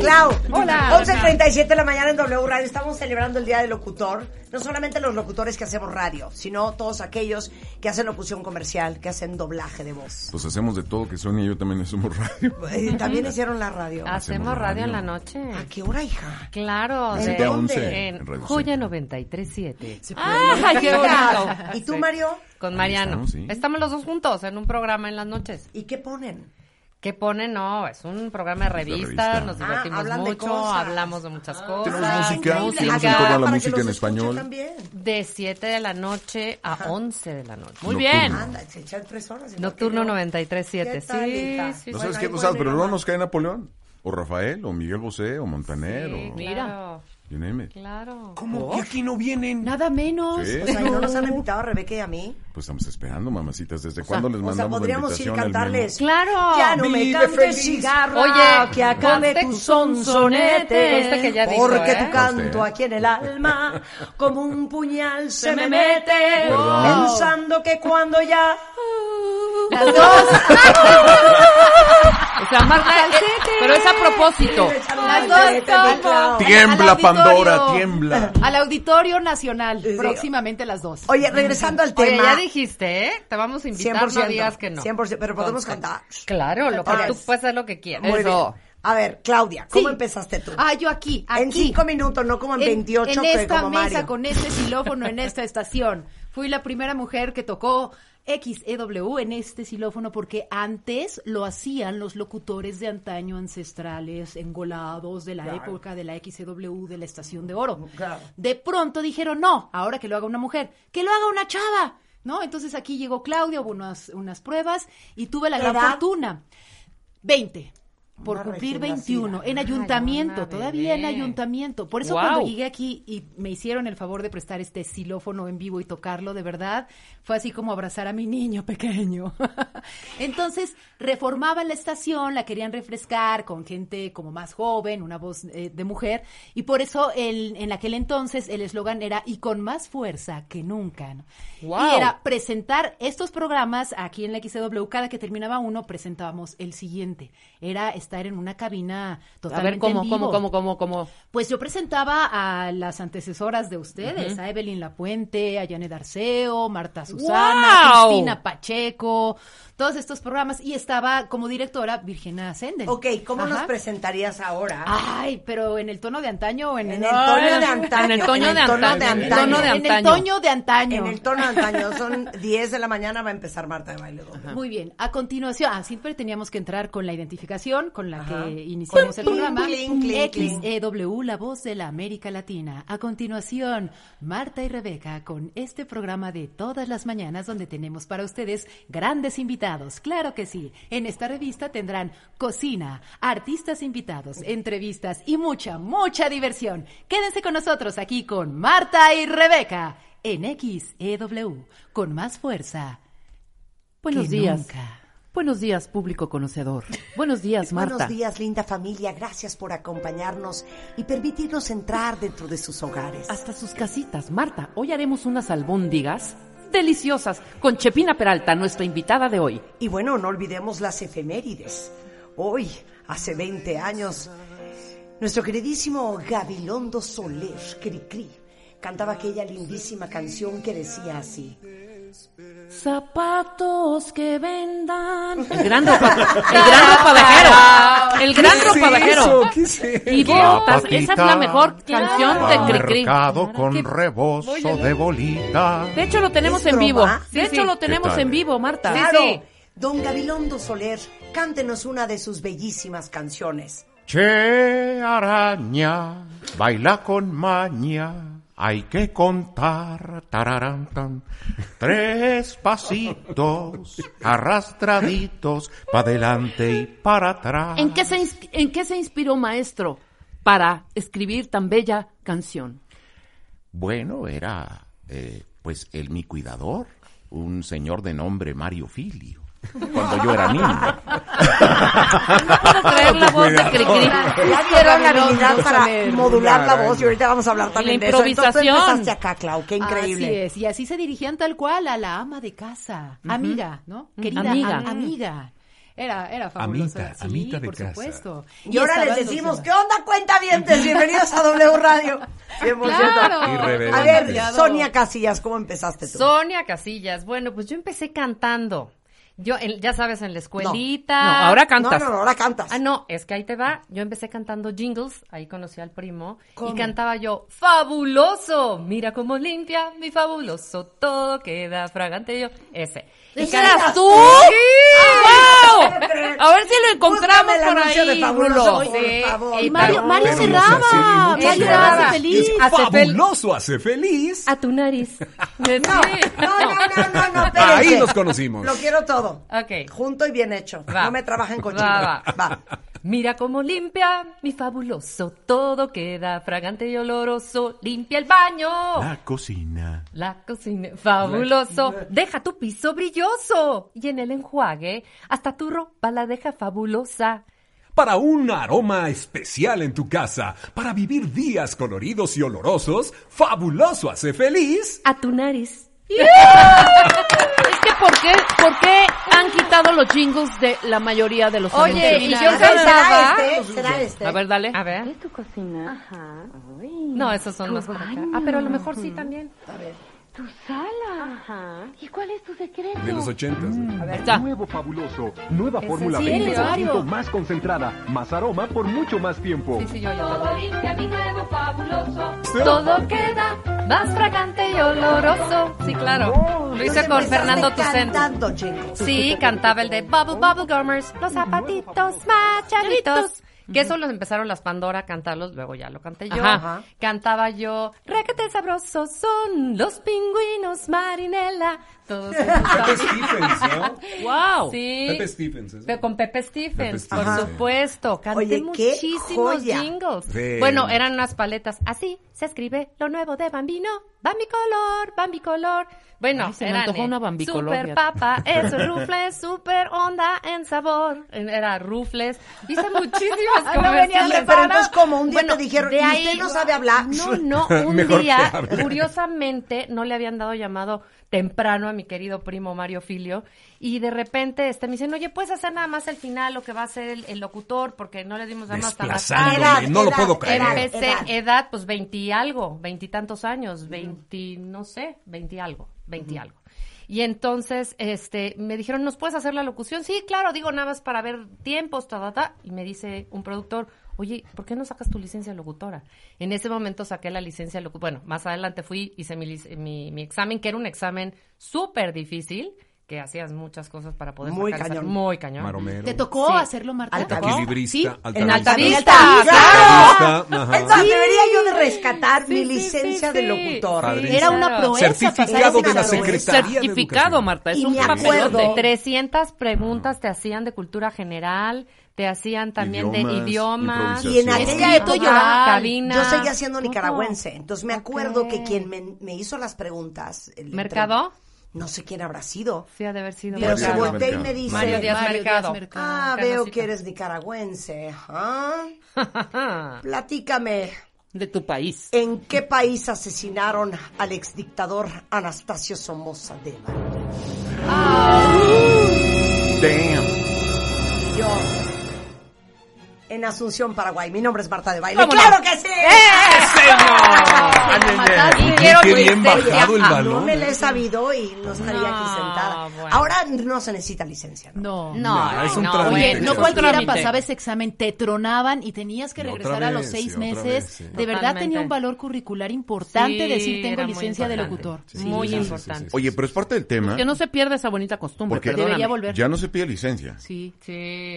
Speaker 1: Clau,
Speaker 15: Hola.
Speaker 1: 11.37 de la mañana en W Radio. Estamos celebrando el Día del Locutor. No solamente los locutores que hacemos radio, sino todos aquellos que hacen locución comercial, que hacen doblaje de voz.
Speaker 13: Pues hacemos de todo, que Sonia y yo también hacemos radio.
Speaker 1: Eh, También hicieron la radio.
Speaker 13: Ah,
Speaker 15: Hacemos radio en la
Speaker 13: radio.
Speaker 15: noche.
Speaker 1: ¿A qué hora, hija?
Speaker 15: Claro.
Speaker 13: De
Speaker 15: de-
Speaker 13: siete a once en
Speaker 15: En
Speaker 13: Radio
Speaker 15: Joya
Speaker 13: Centro.
Speaker 15: 937.
Speaker 5: Ah,
Speaker 1: <laughs>
Speaker 5: qué bonito.
Speaker 1: ¿Y tú, Mario?
Speaker 15: Con
Speaker 13: Ahí
Speaker 15: Mariano.
Speaker 13: estamos,
Speaker 15: Estamos,
Speaker 13: sí.
Speaker 15: los dos juntos en un programa en las noches.
Speaker 1: ¿Y qué ponen?
Speaker 15: Que pone, no, es un programa de
Speaker 13: De
Speaker 15: revistas,
Speaker 13: revista.
Speaker 15: nos
Speaker 1: Ah,
Speaker 15: divertimos
Speaker 1: hablan de
Speaker 15: mucho,
Speaker 1: cosas. Ah.
Speaker 15: hablamos de muchas cosas.
Speaker 13: Tenemos música,
Speaker 1: Increíble.
Speaker 13: tenemos
Speaker 1: Acá,
Speaker 13: en torno a la
Speaker 1: para que
Speaker 13: música
Speaker 1: los
Speaker 13: en
Speaker 1: escuchen
Speaker 13: español.
Speaker 1: También.
Speaker 15: De 7 de la noche a 11 de la noche. Muy
Speaker 13: Nocturno.
Speaker 15: bien.
Speaker 1: Anda, se echan tres horas. y no
Speaker 15: Nocturno
Speaker 1: quedó.
Speaker 15: 93.7.
Speaker 1: ¿Qué tal, hija?
Speaker 15: Sí, sí, sí.
Speaker 13: No Pues sabes
Speaker 1: Bueno,
Speaker 13: qué
Speaker 1: ahí
Speaker 13: no sabes,
Speaker 1: vuelven
Speaker 13: pero
Speaker 1: a
Speaker 13: luego
Speaker 1: hablar.
Speaker 13: nos cae Napoleón. O Rafael, o Miguel Bosé, o Montaner, o
Speaker 15: Mira.
Speaker 13: you name it.
Speaker 15: Claro.
Speaker 9: ¿Cómo que aquí no vienen?
Speaker 10: Nada menos.
Speaker 13: Sí.
Speaker 1: O sea, ¿y Pues no nos han invitado a Rebeca y a mí.
Speaker 13: Pues estamos esperando, mamacitas. ¿Desde cuándo les
Speaker 1: O sea,
Speaker 13: mandamos la
Speaker 1: podríamos ir
Speaker 13: invitación? al menú?
Speaker 1: cantarles.
Speaker 15: Claro.
Speaker 1: Ya no me
Speaker 9: Vive
Speaker 1: cantes
Speaker 9: feliz.
Speaker 1: cigarra,
Speaker 15: Oye,
Speaker 1: que acabe
Speaker 15: ponte
Speaker 1: tu
Speaker 15: sonsonete.
Speaker 1: sonsonete.
Speaker 15: Este que ya dijo,
Speaker 1: porque
Speaker 15: ¿eh?
Speaker 1: tu canto
Speaker 13: Usted.
Speaker 1: aquí en el alma, como un puñal se me mete,
Speaker 13: Perdón.
Speaker 1: pensando que cuando ya...
Speaker 15: Las dos. o sea, más real. Pero es a propósito.
Speaker 5: Las dos
Speaker 1: Claro.
Speaker 5: como.
Speaker 13: Tiembla,
Speaker 5: Al
Speaker 13: Pandora,
Speaker 5: auditorio.
Speaker 13: tiembla.
Speaker 5: Al Auditorio Nacional, próximamente las dos.
Speaker 1: Oye, regresando al
Speaker 15: Oye,
Speaker 1: tema...
Speaker 15: ya dijiste, ¿eh? Te vamos a invitar, no digas que no.
Speaker 1: 100%, pero podemos
Speaker 15: Entonces,
Speaker 1: cantar.
Speaker 15: Claro, lo que
Speaker 1: Ok.
Speaker 15: tú puedes hacer lo que quieras.
Speaker 1: Muy
Speaker 15: Eso.
Speaker 1: bien. A ver, Claudia, ¿cómo
Speaker 5: Sí.
Speaker 1: empezaste tú?
Speaker 5: Ah, yo aquí, aquí.
Speaker 1: en cinco minutos, no como en, 28
Speaker 5: en
Speaker 1: que
Speaker 5: esta
Speaker 1: como
Speaker 5: mesa
Speaker 1: Mario.
Speaker 5: con este xilófono en esta estación. Fui la primera mujer que tocó XEW en este xilófono porque antes lo hacían los locutores de antaño ancestrales, engolados de la época de la XEW de la Estación de Oro.
Speaker 1: Mm, Claro.
Speaker 5: De pronto dijeron, no, ahora que lo haga una mujer, que lo haga una chava. ¿No? Entonces aquí llegó Claudia, hubo unas, unas pruebas y tuve la
Speaker 1: ¿Qué
Speaker 5: gran
Speaker 1: edad?
Speaker 5: fortuna. 20. Por
Speaker 1: Una
Speaker 5: cumplir
Speaker 1: recién
Speaker 5: 21. En
Speaker 15: nacida. Ay,
Speaker 5: ayuntamiento,
Speaker 15: una
Speaker 5: todavía en
Speaker 15: bebé.
Speaker 5: ayuntamiento. Por eso
Speaker 15: Guau.
Speaker 5: cuando llegué aquí y me hicieron el favor de prestar este xilófono en vivo y tocarlo, de verdad, fue así como abrazar a mi niño pequeño. <laughs> Entonces, reformaban la estación, la querían refrescar con gente como más joven, una voz eh, de mujer, y por eso el- en aquel entonces el eslogan era y con más fuerza que nunca. ¿no?
Speaker 15: Guau.
Speaker 5: Y era presentar estos programas aquí en la XW, cada que terminaba uno presentábamos el siguiente. Era estar en una cabina
Speaker 15: A
Speaker 5: totalmente
Speaker 15: ver, ¿cómo,
Speaker 5: en vivo.
Speaker 15: cómo, cómo, cómo, cómo?
Speaker 5: Pues yo presentaba a las antecesoras de ustedes, a Evelyn Lapuente, a Janet Arceo, Marta Susana,
Speaker 15: ¡Guau!
Speaker 5: Cristina Pacheco, todos estos programas. Y estaba como directora Virginia Senden.
Speaker 1: Ok, ¿cómo nos
Speaker 5: Ajá.
Speaker 1: presentarías ahora?
Speaker 5: Ay, pero en el tono de antaño o en,
Speaker 1: En el tono de antaño.
Speaker 15: En el tono de antaño.
Speaker 1: En el tono de
Speaker 5: En el
Speaker 15: antaño.
Speaker 5: toño de
Speaker 1: En
Speaker 5: antaño.
Speaker 1: el tono de antaño, son 10 de la mañana, va a empezar Marta de Baile doble.
Speaker 5: Muy bien, a continuación, ah, siempre teníamos que entrar con la identificación con la
Speaker 1: Ajá.
Speaker 5: que iniciamos el
Speaker 1: Pum, pum,
Speaker 5: programa.
Speaker 1: clink, clink, clink.
Speaker 5: XEW, la voz de la América Latina. A continuación, Marta y Rebeca con este programa de todas las mañanas donde tenemos para ustedes grandes invitados. Claro que sí, en esta revista tendrán cocina, artistas invitados, entrevistas y mucha, mucha diversión. Quédense con nosotros aquí con Marta y Rebeca en XEW con más fuerza.
Speaker 10: Buenos
Speaker 5: que
Speaker 10: días.
Speaker 5: nunca.
Speaker 10: Buenos días, público conocedor. Buenos días, Marta.
Speaker 1: Buenos días, linda familia. Gracias por acompañarnos y permitirnos entrar dentro de sus hogares.
Speaker 10: Hasta sus casitas, Marta. Hoy haremos unas albóndigas
Speaker 9: <laughs>
Speaker 10: deliciosas con Chepina Peralta, nuestra invitada de hoy.
Speaker 1: Y bueno, no olvidemos las efemérides. Hoy, hace 20 años, nuestro queridísimo Gabilondo Soler Cricri cantaba aquella lindísima canción que decía así.
Speaker 7: Zapatos que vendan.
Speaker 10: El gran ropa- el gran ropavejero. El gran
Speaker 7: ¿Qué es
Speaker 10: ropavejero.
Speaker 7: eso?
Speaker 10: ¿Qué es Y botas. Esa es la mejor canción de Cricri.
Speaker 17: Mercado
Speaker 10: Qué-
Speaker 17: con rebozo
Speaker 10: Oye.
Speaker 17: de bolita.
Speaker 10: De hecho, lo tenemos
Speaker 1: ¿Es
Speaker 10: en vivo.
Speaker 1: broma?
Speaker 10: De hecho, lo tenemos
Speaker 17: tal?
Speaker 10: en vivo, Marta.
Speaker 1: Claro. Don Gabilondo Soler, cántenos una de sus bellísimas canciones.
Speaker 17: Che araña, baila con maña, hay que contar, tararán, tan, tres pasitos, arrastraditos, pa' adelante y para atrás.
Speaker 10: ¿En qué, se, ins- ¿En qué se inspiró maestro para escribir tan bella canción?
Speaker 17: Bueno, era, eh, pues, el mi cuidador, un señor de nombre Mario Filio, cuando yo era niño.
Speaker 10: puedo creer la
Speaker 9: Pues
Speaker 10: voz de Cricri.
Speaker 1: Tuvieron la habilidad
Speaker 10: Gabilondo
Speaker 1: para
Speaker 10: Soler.
Speaker 1: modular la
Speaker 10: Claro.
Speaker 1: voz y ahorita vamos a hablar también de eso. Entonces, tú
Speaker 5: improvisación.
Speaker 1: empezaste acá, Clau, qué increíble.
Speaker 5: Así es, y así se dirigían tal cual a la ama de casa,
Speaker 1: Ujú.
Speaker 5: amiga, ¿no?
Speaker 1: Mm,
Speaker 5: Querida
Speaker 1: amiga.
Speaker 5: amiga. amiga. Era, era fabulosa.
Speaker 9: Amita,
Speaker 5: sí,
Speaker 9: amita de
Speaker 5: por
Speaker 9: casa.
Speaker 5: supuesto.
Speaker 1: Y ahora les
Speaker 5: estaban los-
Speaker 1: decimos, ¿qué onda cuenta dientes? Bienvenidos a W Radio. Qué emoción.
Speaker 7: Claro.
Speaker 1: A
Speaker 7: Irreverente.
Speaker 1: ver, Sonia Casillas, ¿cómo empezaste tú?
Speaker 7: Sonia Casillas. Bueno, pues yo empecé cantando. Yo, en- ya sabes, en la escuelita.
Speaker 10: No, ahora cantas.
Speaker 7: No, no, no, ahora cantas. Ah, no, es que ahí te va. Yo empecé cantando jingles, ahí conocí al primo.
Speaker 10: ¿Cómo?
Speaker 7: Y cantaba yo, ¡fabuloso! Mira cómo limpia mi fabuloso, todo queda fragante. Yo, ese. Y
Speaker 10: ¿Ese
Speaker 7: cantaba-
Speaker 10: eras tú? ¡Ay,
Speaker 7: ¡Sí!
Speaker 10: no puedo creer! A ver si lo encontramos
Speaker 7: Búscame el
Speaker 10: por
Speaker 7: anuncio
Speaker 10: ahí,
Speaker 7: de fabuloso,
Speaker 10: Rulo.
Speaker 7: por
Speaker 10: Sí.
Speaker 7: favor.
Speaker 10: Y Mario-
Speaker 7: Pero-
Speaker 10: Mario
Speaker 7: pero
Speaker 10: Serrano.
Speaker 7: no sé,
Speaker 10: Ah,
Speaker 7: mucho
Speaker 10: Mario
Speaker 7: nada.
Speaker 10: hace feliz.
Speaker 7: Es
Speaker 10: Hace fel-
Speaker 9: Fabuloso, hace feliz.
Speaker 7: A tu <laughs> nariz.
Speaker 1: No, no, no, no,
Speaker 7: <laughs>
Speaker 1: no, espérense.
Speaker 9: Ahí nos conocimos.
Speaker 1: Lo quiero todo.
Speaker 7: Ok.
Speaker 1: Junto y bien hecho.
Speaker 7: Va.
Speaker 1: No me trabajen cochino.
Speaker 7: Va, va. Mira cómo limpia mi fabuloso, todo queda fragante y oloroso, limpia el baño.
Speaker 17: La cocina.
Speaker 7: La cocina, fabuloso. Deja tu piso brilloso. Y en el enjuague, hasta tu ropa la deja fabulosa.
Speaker 9: Para un aroma especial en tu casa, para vivir días coloridos y olorosos, fabuloso hace feliz.
Speaker 10: Ah,
Speaker 7: A tu nariz.
Speaker 10: Es que ¿por qué, por qué han quitado los jingles de la mayoría de los
Speaker 7: Oye,
Speaker 10: anuncios?
Speaker 7: y yo cantaba-
Speaker 10: ¿Será este?
Speaker 7: ¿Será este?
Speaker 10: A ver, dale.
Speaker 7: A ver.
Speaker 10: tu cocina? Ajá.
Speaker 7: No, esos son más por acá. Ah, pero a lo mejor sí también.
Speaker 1: A ver.
Speaker 7: Tu sala. Ajá. ¿Y cuál es tu secreto?
Speaker 9: De los ochentas.
Speaker 10: Mm,
Speaker 18: Nuevo fabuloso. Nueva
Speaker 7: ¿Es
Speaker 18: fórmula
Speaker 7: en serio?
Speaker 18: 20% más concentrada, más aroma por mucho más tiempo.
Speaker 7: Todo limpia mi nuevo fabuloso.
Speaker 18: Sí.
Speaker 7: Todo queda más fragante y oloroso. Sí, claro.
Speaker 1: Pues
Speaker 7: Lo hice con Fernando Tucent.
Speaker 1: Cantando, chicos.
Speaker 7: Sí, cantaba el de Bubble Bubble Gummers, los zapatitos machaditos. Que eso los empezaron las Pandora a cantarlos, luego ya lo canté yo.
Speaker 10: Ajá. Ajá.
Speaker 7: Cantaba yo, requete sabrosos son los pingüinos marinela. Todos
Speaker 9: Pepe Stephens, ¿no?
Speaker 7: ¡Wow! Sí.
Speaker 9: Pepe Stephens. ¿es?
Speaker 7: Pero con Pepe Stephens,
Speaker 9: Pepe
Speaker 7: por
Speaker 9: Stephens, sí.
Speaker 7: supuesto. Canté
Speaker 1: Oye, qué
Speaker 7: muchísimos
Speaker 1: joya.
Speaker 7: jingles.
Speaker 9: Sí.
Speaker 7: Bueno, eran unas paletas. Así se escribe lo nuevo de Bambino. Bambi color, Bambi color. Bueno,
Speaker 10: Ay, se me
Speaker 7: eran
Speaker 10: antojó
Speaker 7: eh,
Speaker 10: una Bambi color,
Speaker 7: Super
Speaker 10: fíjate.
Speaker 7: papa, es rufles, super onda en sabor. Era rufles. Hice muchísimas
Speaker 1: Ah, no venía
Speaker 7: comerciales.
Speaker 1: preparado. Pero entonces, ¿cómo? Un día te dijeron,
Speaker 7: de
Speaker 1: "Y usted
Speaker 7: ahí-
Speaker 1: no sabe hablar".
Speaker 7: No,
Speaker 13: <laughs>
Speaker 7: no, un
Speaker 1: Mejor
Speaker 7: día,
Speaker 1: que hable.
Speaker 7: curiosamente, no le habían dado llamado temprano a mi querido primo Mario Filio. Y de repente este, me dicen, oye, puedes hacer nada más el final, lo que va a ser el, el locutor, porque no le dimos nada más hasta más tarde".
Speaker 9: Desplazándome, no lo Edad, puedo edad, creer.
Speaker 7: Empecé
Speaker 9: edad.
Speaker 7: edad, pues veinti algo, veintitantos años, veinti, no sé, veinti algo, veinti algo. Y entonces, este, me dijeron, ¿nos puedes hacer la locución? Sí, claro, digo nada más para ver tiempos, ta, ta, ta. Y me dice un productor, oye, ¿por qué no sacas tu licencia de locutora? En ese momento saqué la licencia de locutora. Bueno, más adelante fui, hice mi, lic- mi, mi examen, que era un examen súper difícil, que hacías muchas cosas para poder
Speaker 1: Muy
Speaker 7: sacar esa-
Speaker 1: cañón.
Speaker 7: Muy cañón.
Speaker 9: Maromero.
Speaker 5: ¿Te tocó hacerlo, Marta?
Speaker 7: Alta-
Speaker 5: ¿Te tocó?
Speaker 9: Equilibrista,
Speaker 5: Sí,
Speaker 9: altavista.
Speaker 5: en altavista.
Speaker 9: Altavista,
Speaker 5: ¡Claro!
Speaker 9: altavista, ajá.
Speaker 1: Es más,
Speaker 9: Sí.
Speaker 1: debería yo de rescatar mi licencia de locutor.
Speaker 9: Padrísimo.
Speaker 10: Era una proeza
Speaker 9: Certificado
Speaker 10: pasar esa
Speaker 9: de
Speaker 10: prueba.
Speaker 9: la Secretaría de
Speaker 10: Certificado,
Speaker 9: Educación.
Speaker 10: Marta. Es
Speaker 7: y
Speaker 10: un
Speaker 7: me
Speaker 10: papelote.
Speaker 7: acuerdo, 300 preguntas te hacían de cultura general, te hacían también
Speaker 13: Idiomas,
Speaker 7: de idiomas.
Speaker 1: Y en aquella época
Speaker 7: cabina.
Speaker 1: yo seguía siendo nicaragüense. Entonces me acuerdo que quien me, me hizo las preguntas. el-
Speaker 7: ¿Mercado?
Speaker 1: No sé quién habrá sido.
Speaker 7: Sí, ha de haber sido
Speaker 1: Pero se
Speaker 7: Mercado.
Speaker 1: voltea y me dice.
Speaker 7: Mario Díaz Mercado.
Speaker 1: Ah,
Speaker 7: Carnosita.
Speaker 1: veo que eres nicaragüense.
Speaker 7: <laughs>
Speaker 1: ajá. Platícame.
Speaker 10: De tu país.
Speaker 1: ¿En qué país asesinaron al exdictador Anastasio Somoza Deva? Ah.
Speaker 13: Damn.
Speaker 1: Y yo, en
Speaker 7: ¡Eh,
Speaker 1: Asunción, Paraguay. Mi nombre es Marta de Baile.
Speaker 7: ¡Vámonos!
Speaker 5: Ah,
Speaker 1: ¡Claro que sí!
Speaker 9: Ah,
Speaker 7: ¡Eh!
Speaker 1: ¡Eso!
Speaker 7: mataste.
Speaker 9: bien bajado el
Speaker 1: No
Speaker 9: balón.
Speaker 1: me la he sabido y no estaría
Speaker 7: Ah,
Speaker 1: aquí sentada. Ahora no se necesita licencia.
Speaker 5: No.
Speaker 9: No, No, es un no, trámite
Speaker 5: Oye,
Speaker 9: que
Speaker 5: no
Speaker 9: es
Speaker 5: cualquiera
Speaker 9: trámite.
Speaker 5: pasaba ese examen, te tronaban y tenías que
Speaker 9: Y otra
Speaker 5: regresar a los
Speaker 9: vez,
Speaker 5: seis
Speaker 9: y otra
Speaker 5: meses.
Speaker 9: vez, sí.
Speaker 5: De verdad
Speaker 7: Totalmente.
Speaker 5: tenía un valor curricular importante
Speaker 7: Sí,
Speaker 5: decir tengo
Speaker 7: era muy
Speaker 5: licencia de
Speaker 7: importante.
Speaker 5: locutor.
Speaker 7: Sí, Muy sí, sí, importante. sí, sí.
Speaker 13: Oye, pero es parte del tema.
Speaker 7: Que no se pierda esa bonita costumbre,
Speaker 13: Porque
Speaker 7: perdóname.
Speaker 13: ya no se pide licencia.
Speaker 7: Sí,
Speaker 13: Y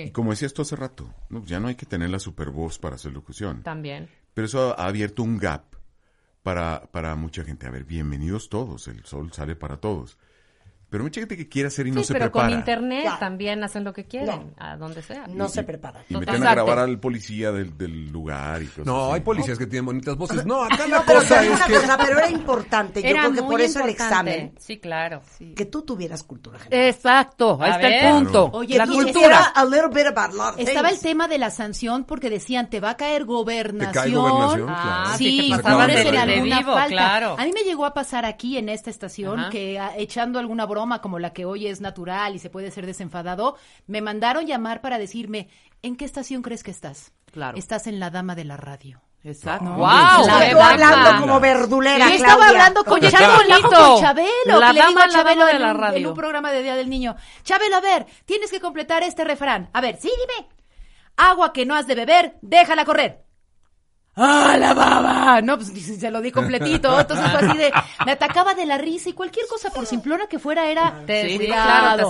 Speaker 7: sí.
Speaker 13: como decías tú hace rato, no, ya no hay que tener la super voz para hacer locución.
Speaker 7: También.
Speaker 13: Pero eso ha, ha abierto un gap para, para mucha gente. A ver, bienvenidos todos, el sol sale para todos. Pero mucha gente que quiere hacer y no
Speaker 7: sí,
Speaker 13: se
Speaker 7: pero
Speaker 13: prepara.
Speaker 7: con internet también hacen lo que quieren, a donde sea.
Speaker 1: No
Speaker 7: Sí.
Speaker 1: se preparan.
Speaker 13: Y meten a
Speaker 7: Exacto.
Speaker 13: grabar al policía del, del lugar y cosas
Speaker 9: No,
Speaker 13: así.
Speaker 9: hay policías que tienen bonitas voces. No,
Speaker 1: No,
Speaker 9: acá la
Speaker 1: pero
Speaker 9: cosa
Speaker 1: sabes
Speaker 9: es
Speaker 1: una
Speaker 9: que...
Speaker 1: cosa, pero era importante. Yo
Speaker 7: Era
Speaker 1: creo que
Speaker 7: muy
Speaker 1: por eso el
Speaker 7: importante.
Speaker 1: examen.
Speaker 7: Sí, claro.
Speaker 1: Que tú tuvieras cultura general.
Speaker 7: Exacto, ahí
Speaker 1: A
Speaker 7: está
Speaker 1: ver.
Speaker 7: el punto.
Speaker 5: Eh, Oye,
Speaker 7: la
Speaker 5: y
Speaker 1: Cultura,
Speaker 7: cultura.
Speaker 1: a little bit about love.
Speaker 5: Estaba el
Speaker 1: things.
Speaker 5: tema de la sanción porque decían te va a caer gobernación.
Speaker 9: gobernación, claro.
Speaker 5: Sí,
Speaker 9: Ah, sí, te
Speaker 5: si
Speaker 9: pasaban
Speaker 5: eres
Speaker 9: de-
Speaker 5: en
Speaker 9: de
Speaker 5: alguna
Speaker 7: vivo,
Speaker 5: falta.
Speaker 7: claro.
Speaker 5: A mí me llegó a pasar aquí en esta estación
Speaker 7: Ajá.
Speaker 5: que a- echando alguna broma como la que hoy es natural y se puede ser desenfadado, me mandaron llamar para decirme ¿en qué estación crees que estás?
Speaker 10: Claro.
Speaker 5: Estás en la dama de la radio.
Speaker 10: Exacto.
Speaker 1: Guau,
Speaker 5: La-
Speaker 1: qué
Speaker 5: Yo
Speaker 1: bárbara. como verdulera,
Speaker 5: Yo estaba
Speaker 1: Claudia.
Speaker 5: hablando con
Speaker 1: Oye,
Speaker 5: Chabelo,
Speaker 1: Chabelito,
Speaker 5: con Chabelo. que
Speaker 7: la
Speaker 5: le digo
Speaker 7: dama,
Speaker 5: a
Speaker 7: la
Speaker 5: Chabelo
Speaker 7: dama de
Speaker 5: en
Speaker 7: la
Speaker 5: un-
Speaker 7: radio.
Speaker 5: En un programa de Día del Niño. Chabelo, a ver, tienes que completar este refrán. A ver, sí, dime. Agua que no has de beber, déjala correr. ¡Ah, la baba! No, pues <laughs> se lo di completito. Entonces fue así de. Me atacaba de la risa y cualquier cosa, por simplona que fuera, era.
Speaker 7: Sí, claro,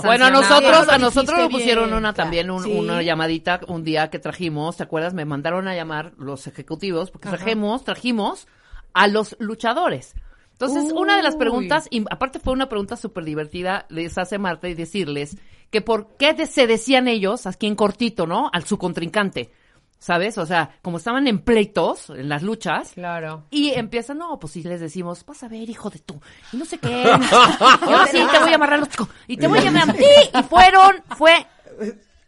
Speaker 5: cuidado.
Speaker 7: te
Speaker 10: Bueno, a
Speaker 7: sancionaban.
Speaker 10: nosotros,
Speaker 5: Eso
Speaker 10: a
Speaker 5: lo
Speaker 10: nosotros
Speaker 5: dijiste
Speaker 10: nos pusieron
Speaker 5: bien,
Speaker 10: una
Speaker 5: claro.
Speaker 10: también, un-
Speaker 5: Sí.
Speaker 10: una llamadita un día que trajimos, ¿te acuerdas? Me mandaron a llamar los ejecutivos, porque
Speaker 7: Ajá.
Speaker 10: trajimos, trajimos a los luchadores. Entonces, una de las preguntas, y aparte fue una pregunta súper divertida, les hace Marta y decirles que por qué de- se decían ellos, aquí en cortito, ¿no? Al su contrincante, ¿sabes? O sea, como estaban en pleitos, en las luchas,
Speaker 7: Claro.
Speaker 10: y empiezan, no, pues si les decimos, vas a ver, hijo de tú, y no sé
Speaker 9: <laughs>
Speaker 10: qué. Yo sí, te voy a amarrar los chicos, y te voy a llamar a ti. Y fueron, fue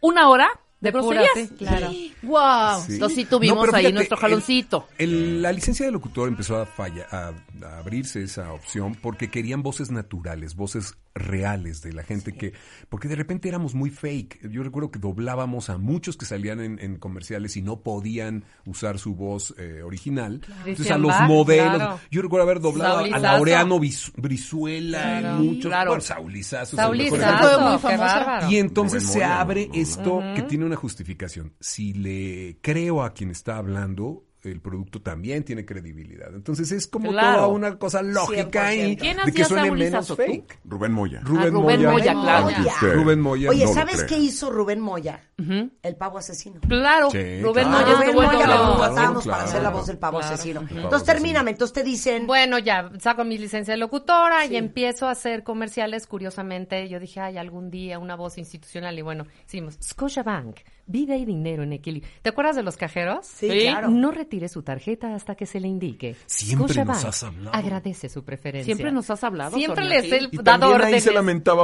Speaker 10: una hora de,
Speaker 7: De pura,
Speaker 10: groserías.
Speaker 7: sí, claro. Sí.
Speaker 10: Wow.
Speaker 9: Sí.
Speaker 10: Entonces sí tuvimos
Speaker 9: No, pero
Speaker 10: ahí
Speaker 9: fíjate,
Speaker 10: nuestro
Speaker 9: el-
Speaker 10: jaloncito.
Speaker 9: el- la licencia de locutor empezó a, falla- a- a abrirse esa opción porque querían voces naturales, voces reales de la gente que... Porque de repente éramos muy fake. Yo recuerdo que doblábamos a muchos que salían en, en comerciales y no podían usar su voz eh, original. Entonces a
Speaker 7: Christian
Speaker 9: los
Speaker 7: Bach,
Speaker 9: modelos...
Speaker 7: claro.
Speaker 9: Yo recuerdo haber doblado a- a
Speaker 7: Saulizazo.
Speaker 9: Laureano Bis- Brizuela
Speaker 7: Claro.
Speaker 9: y muchos...
Speaker 7: Claro.
Speaker 9: Bueno, Saulizazo.
Speaker 7: Saulizazo,
Speaker 9: Saulizazo.
Speaker 7: qué bárbaro.
Speaker 9: Y entonces
Speaker 13: Rubén
Speaker 9: se
Speaker 13: Moya,
Speaker 9: abre
Speaker 13: ¿no?
Speaker 9: esto
Speaker 7: Ujú.
Speaker 9: que tiene una justificación. Si le creo a quien está hablando, el producto también tiene credibilidad. Entonces es como
Speaker 7: Claro.
Speaker 9: toda una cosa lógica
Speaker 1: 100%.
Speaker 9: ahí
Speaker 7: ¿Quién
Speaker 9: de que
Speaker 7: hacía
Speaker 9: suene menos
Speaker 7: Saulizazo? ¿Tú?
Speaker 9: fake.
Speaker 13: Rubén Moya.
Speaker 9: Rubén,
Speaker 10: Rubén
Speaker 9: Moya.
Speaker 10: Moya, claro.
Speaker 9: Aunque
Speaker 1: Moya.
Speaker 9: usted Rubén Moya.
Speaker 1: Oye,
Speaker 9: no lo
Speaker 1: ¿sabes
Speaker 9: crea.
Speaker 1: qué hizo Rubén Moya?
Speaker 10: Ujú.
Speaker 1: El pavo asesino. Ah,
Speaker 10: Claro,
Speaker 9: Sí,
Speaker 10: Rubén
Speaker 9: claro.
Speaker 10: Moya
Speaker 1: Rubén
Speaker 10: estuvo en
Speaker 1: Moya
Speaker 10: doble.
Speaker 1: lo
Speaker 9: Claro,
Speaker 1: contratamos para
Speaker 9: claro.
Speaker 1: hacer la voz del pavo asesino. Entonces
Speaker 9: Pavo
Speaker 1: termíname, entonces te dicen...
Speaker 7: Bueno, ya saco mi licencia de locutora y empiezo a hacer comerciales. Curiosamente, yo dije, ay, algún día una voz institucional. Y bueno, hicimos Scotiabank, vida y dinero en equilibrio. ¿Te acuerdas de los cajeros?
Speaker 1: Sí, Sí. claro.
Speaker 7: No retire su tarjeta hasta que se le indique.
Speaker 9: Siempre nos
Speaker 7: Scotiabank
Speaker 9: has hablado.
Speaker 7: Agradece su preferencia.
Speaker 10: Siempre nos has hablado.
Speaker 7: Siempre
Speaker 10: Sonia,
Speaker 7: les
Speaker 10: sí.
Speaker 7: he
Speaker 13: Y
Speaker 7: dado
Speaker 13: también ahí
Speaker 7: órdenes.
Speaker 13: se lamentaba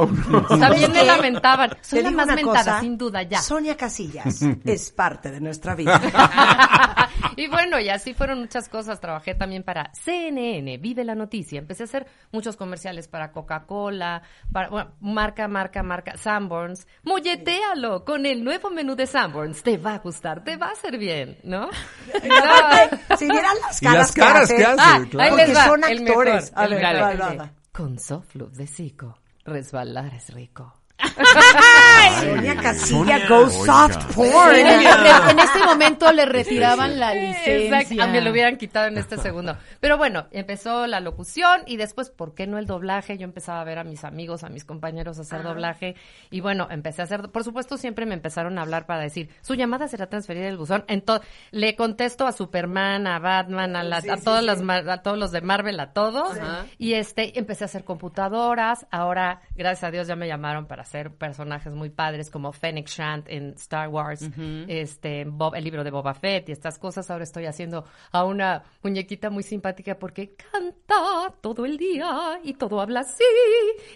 Speaker 9: <laughs>
Speaker 13: uno.
Speaker 7: También me
Speaker 1: ¿Qué?
Speaker 7: lamentaban.
Speaker 1: Te
Speaker 7: Soy la
Speaker 1: digo
Speaker 7: más
Speaker 1: una
Speaker 7: mentada,
Speaker 1: cosa,
Speaker 7: sin duda, ya.
Speaker 1: Sonia
Speaker 9: <laughs>
Speaker 1: Casillas es parte de nuestra vida.
Speaker 7: <laughs> y bueno, y así fueron muchas cosas. Trabajé también para CNN, Vive la Noticia. Empecé a hacer muchos comerciales para Coca-Cola, para bueno, marca, marca, marca, Sanborns. Molletéalo con el nuevo menú de Sanborns. Te va a gustar, te va a hacer bien, ¿no? Claro.
Speaker 1: si vieran las
Speaker 9: Y las
Speaker 1: caras,
Speaker 9: caras
Speaker 1: que
Speaker 9: que
Speaker 1: hacen.
Speaker 9: hace,
Speaker 7: Ah,
Speaker 9: claro.
Speaker 7: ahí les
Speaker 1: Porque
Speaker 7: va,
Speaker 1: son
Speaker 7: el mejor,
Speaker 1: actores. A
Speaker 7: el
Speaker 1: ver,
Speaker 7: grave.
Speaker 1: va, va, va.
Speaker 7: Con Soflux de Zico, resbalar es rico.
Speaker 1: Sonia
Speaker 9: Sonia,
Speaker 1: Casilla goes
Speaker 9: oiga.
Speaker 1: soft porn.
Speaker 5: En, en este momento le retiraban la licencia.
Speaker 7: Exacto, Ah, me lo hubieran quitado en este segundo. Pero bueno, empezó la locución y después, ¿por qué no el doblaje? Yo empezaba a ver a mis amigos, a mis compañeros hacer doblaje y bueno, empecé a hacer, por supuesto, siempre me empezaron a hablar para decir, su llamada será transferida del buzón. Entonces, le contesto a Superman, a Batman, a, la- a todas las, mar- a todos los de Marvel, a todos. Y este, empecé a hacer computadoras. Ahora, gracias a Dios, ya me llamaron para hacer personajes muy padres como Fennec Shand en Star Wars, este, Bob, el libro de Boba Fett y estas cosas. Ahora estoy haciendo a una muñequita muy simpática porque canta todo el día y todo habla así,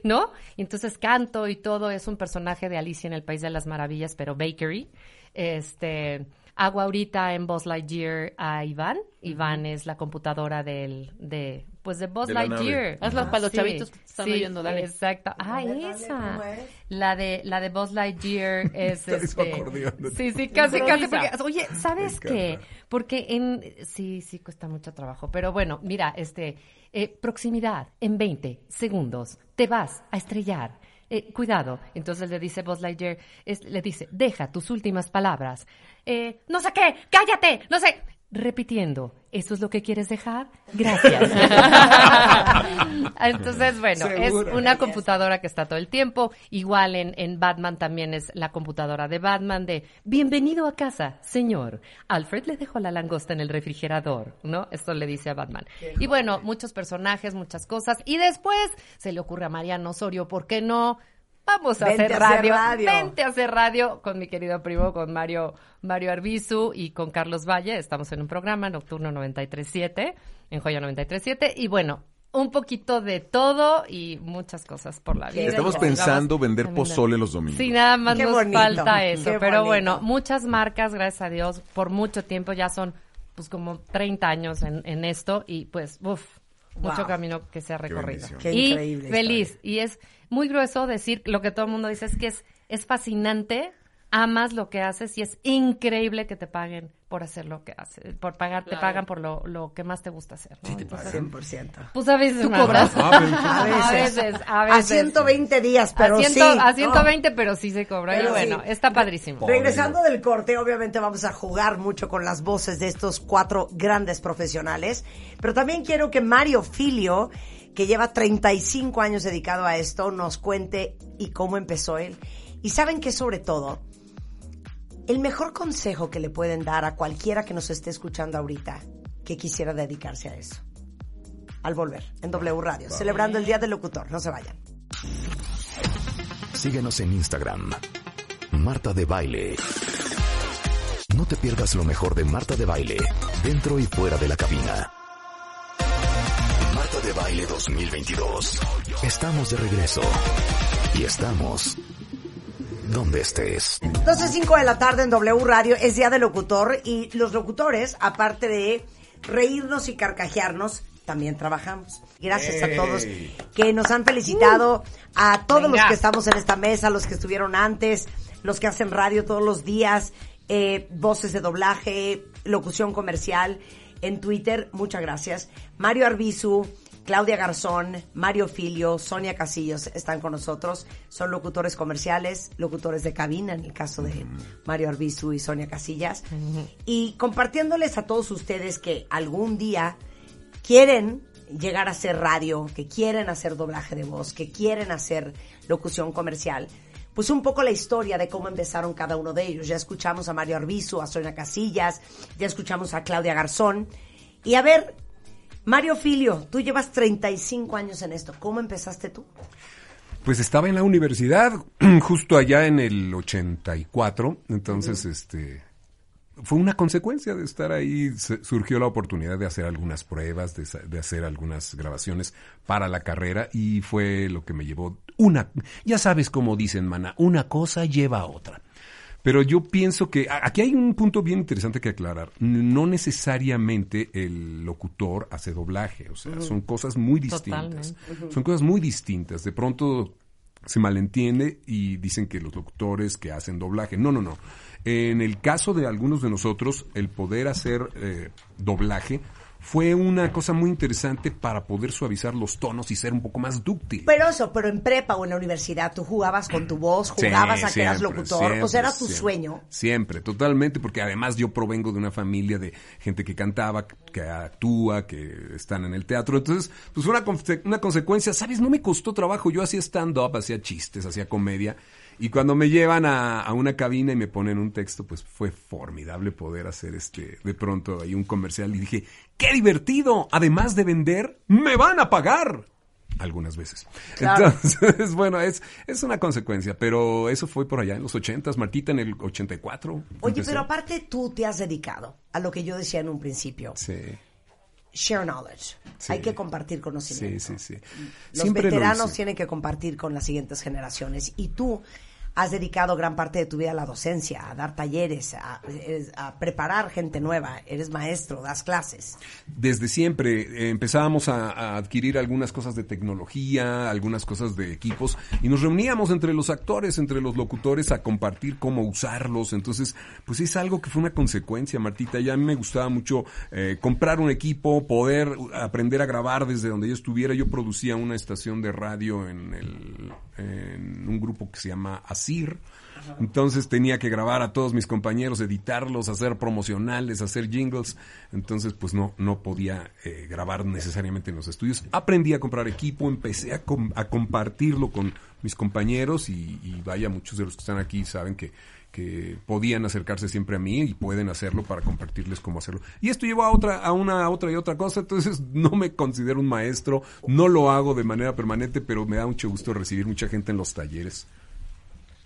Speaker 7: ¿no? Y entonces canto y todo. Es un personaje de Alicia en el País de las Maravillas, pero Bakery. Este, Hago ahorita en Buzz Lightyear a Iván. Iván es la computadora del, de, pues de Buzz
Speaker 10: De la nave.
Speaker 7: Lightyear.
Speaker 10: Hazla
Speaker 7: Ajá.
Speaker 10: para los chavitos que te están oyendo, dale.
Speaker 7: Exacto. Ah,
Speaker 10: Dale, dale,
Speaker 7: esa.
Speaker 10: ¿cómo es?
Speaker 7: La de, la de Buzz Lightyear
Speaker 10: <laughs>
Speaker 7: es
Speaker 10: Trae su
Speaker 7: este.
Speaker 10: acordeón.
Speaker 7: Sí, sí, casi, casi.
Speaker 10: Improvisa.
Speaker 7: porque- oye, ¿sabes
Speaker 10: Me
Speaker 7: qué? Porque en, sí, sí cuesta mucho trabajo. Pero bueno, mira, este, eh, proximidad, en 20 segundos, te vas a estrellar. Eh, cuidado. Entonces le dice Buzz Lightyear, es- le dice, deja tus últimas palabras. Eh, no sé qué, cállate, no sé. Repitiendo, ¿eso es lo que quieres dejar?
Speaker 10: <laughs>
Speaker 7: Gracias. <laughs> Entonces, bueno, es
Speaker 10: Seguro.
Speaker 7: una computadora que está todo el tiempo. Igual en, en Batman también es la computadora de Batman de Bienvenido a casa, señor. Alfred le dejó la langosta en el refrigerador, ¿no? Esto le dice a Batman. Y bueno, muchos personajes, muchas cosas. Y después se le ocurre a Mariano Osorio, ¿por qué no? Vamos a
Speaker 1: Vente
Speaker 7: hacer
Speaker 1: a hacer
Speaker 7: radio.
Speaker 1: radio.
Speaker 7: Vente a hacer radio con mi querido primo, con Mario, Mario Arbizu y con Carlos Valle. Estamos en un programa, Nocturno 937, en Joya 937. Y bueno, un poquito de todo y muchas cosas por la vida.
Speaker 13: Estamos pensando vender pozole los domingos.
Speaker 7: Sí, nada más
Speaker 13: Qué
Speaker 7: nos
Speaker 13: bonito,
Speaker 7: falta eso.
Speaker 13: qué
Speaker 7: Pero
Speaker 13: bonito.
Speaker 7: bueno, muchas marcas, gracias a Dios, por mucho tiempo ya son pues como 30 años en, en esto y pues, uff, mucho
Speaker 1: Wow.
Speaker 7: camino que se ha recorrido.
Speaker 1: bendición. Qué
Speaker 7: y
Speaker 1: increíble
Speaker 7: feliz. Y es muy grueso decir lo que todo el mundo dice, es que es, es fascinante, amas lo que haces y es increíble que te paguen por hacer lo que haces, por pagar, te
Speaker 1: Claro.
Speaker 7: pagan por lo, lo que más te gusta hacer. ¿no? Entonces,
Speaker 1: 100%.
Speaker 7: Pues a veces.
Speaker 1: ¿Tú
Speaker 7: mano.
Speaker 1: cobras? Ah, A
Speaker 7: A veces, a
Speaker 1: veces.
Speaker 7: veces.
Speaker 1: A 120 días, pero
Speaker 7: a,
Speaker 1: sí.
Speaker 7: ciento- a
Speaker 1: No.
Speaker 7: 120, pero sí se cobra. y
Speaker 1: Pero
Speaker 7: bueno,
Speaker 1: sí.
Speaker 7: está padrísimo.
Speaker 1: Regresando del corte, obviamente vamos a jugar mucho con las voces de estos cuatro grandes profesionales, pero también quiero que Mario Filio, que lleva 35 años dedicado a esto, nos cuente y cómo empezó él. Y saben que sobre todo, el mejor consejo que le pueden dar a cualquiera que nos esté escuchando ahorita que quisiera dedicarse a eso. Al volver, en W Radio, celebrando el Día del Locutor. No se vayan.
Speaker 2: Síguenos en Instagram. Marta de Baile. No te pierdas lo mejor de Marta de Baile, dentro y fuera de la cabina. Marta de Baile 2022. Estamos de regreso. Y estamos donde estés.
Speaker 1: 12, cinco de la tarde en W Radio es Día del Locutor y los locutores, aparte de reírnos y carcajearnos, también trabajamos. Gracias a todos
Speaker 19: Ey.
Speaker 1: que nos han felicitado, a todos los
Speaker 19: Venga.
Speaker 1: que estamos en esta mesa, los que estuvieron antes, los que hacen radio todos los días, eh, voces de doblaje, locución comercial, en Twitter, muchas gracias. Mario Arbizu, Claudia Garzón, Mario Filio, Sonia Casillos están con nosotros. Son locutores comerciales, locutores de cabina, en el caso de Mario Arbizu y Sonia Casillas. Y compartiéndoles a todos ustedes que algún día quieren llegar a hacer radio, que quieren hacer doblaje de voz, que quieren hacer locución comercial, pues un poco la historia de cómo empezaron cada uno de ellos. Ya escuchamos a Mario Arbizu, a Sonia Casillas, ya escuchamos a Claudia Garzón. Y a ver, Mario Filio, tú llevas 35 años en esto. ¿Cómo empezaste tú?
Speaker 9: Pues estaba en la universidad, <clears throat> justo allá en el 84, entonces este fue una consecuencia de estar ahí, se- surgió la oportunidad de hacer algunas pruebas, de, sa- de hacer algunas grabaciones para la carrera y fue lo que me llevó una, ya sabes cómo dicen, mana, una cosa lleva a otra. Pero yo pienso que a- aquí hay un punto bien interesante que aclarar. N- No necesariamente el locutor hace doblaje, o sea,
Speaker 20: Ujú.
Speaker 9: son cosas muy distintas.
Speaker 20: Totalmente. Ujú.
Speaker 9: Son cosas muy distintas. De pronto se malentiende y dicen que los locutores que hacen doblaje. No, no, no. En el caso de algunos de nosotros, el poder hacer eh, doblaje fue una cosa muy interesante para poder suavizar los tonos y ser un poco más dúctil.
Speaker 1: Pero eso, pero en prepa o en la universidad, tú jugabas con tu voz,
Speaker 9: Sí,
Speaker 1: jugabas a que eras
Speaker 9: siempre,
Speaker 1: locutor, o
Speaker 9: siempre,
Speaker 1: sea, era tu
Speaker 9: siempre.
Speaker 1: sueño.
Speaker 9: Siempre, totalmente, porque además yo provengo de una familia de gente que cantaba, que actúa, que están en el teatro. Entonces, pues fue una, conse- una consecuencia, ¿sabes? No me costó trabajo. Yo hacía stand-up, hacía chistes, hacía comedia. Y cuando me llevan a, a una cabina y me ponen un texto, pues fue formidable poder hacer este, de pronto ahí un comercial. Y dije, ¡qué divertido! Además de vender, ¡me van a pagar! Algunas veces.
Speaker 20: Claro.
Speaker 9: Entonces, <laughs> bueno, es, es una consecuencia, pero eso fue por allá en los 80s, Martita en el 84.
Speaker 1: Oye,
Speaker 9: empecé.
Speaker 1: pero aparte tú te has dedicado a lo que yo decía en un principio,
Speaker 9: Sí,
Speaker 1: share knowledge.
Speaker 9: Sí.
Speaker 1: Hay que compartir conocimiento.
Speaker 9: sí, sí, sí.
Speaker 1: Los
Speaker 9: Siempre lo
Speaker 1: veteranos
Speaker 9: hice.
Speaker 1: tienen que compartir con las siguientes generaciones y tú has dedicado gran parte de tu vida a la docencia, a dar talleres, a, eres- a preparar gente nueva. Eres maestro, das clases.
Speaker 9: Desde siempre eh, empezábamos a, a adquirir algunas cosas de tecnología, algunas cosas de equipos, y nos reuníamos entre los actores, entre los locutores, a compartir cómo usarlos. Entonces, pues es algo que fue una consecuencia, Martita. Ya a mí me gustaba mucho eh, comprar un equipo, poder uh, aprender a grabar desde donde yo estuviera. Yo producía una estación de radio en, el- en un grupo que se llama ASIR. Entonces tenía que grabar a todos mis compañeros, editarlos, hacer promocionales, hacer jingles. Entonces, pues no, no podía eh, grabar necesariamente en los estudios. Aprendí a comprar equipo, empecé a, com- a compartirlo con mis compañeros y, y vaya, muchos de los que están aquí saben que, que podían acercarse siempre a mí y pueden hacerlo para compartirles cómo hacerlo. Y esto llevó a otra, a una, a otra y otra cosa. Entonces, <laughs> no me considero un maestro, no lo hago de manera permanente, pero me da mucho gusto recibir mucha gente en los talleres.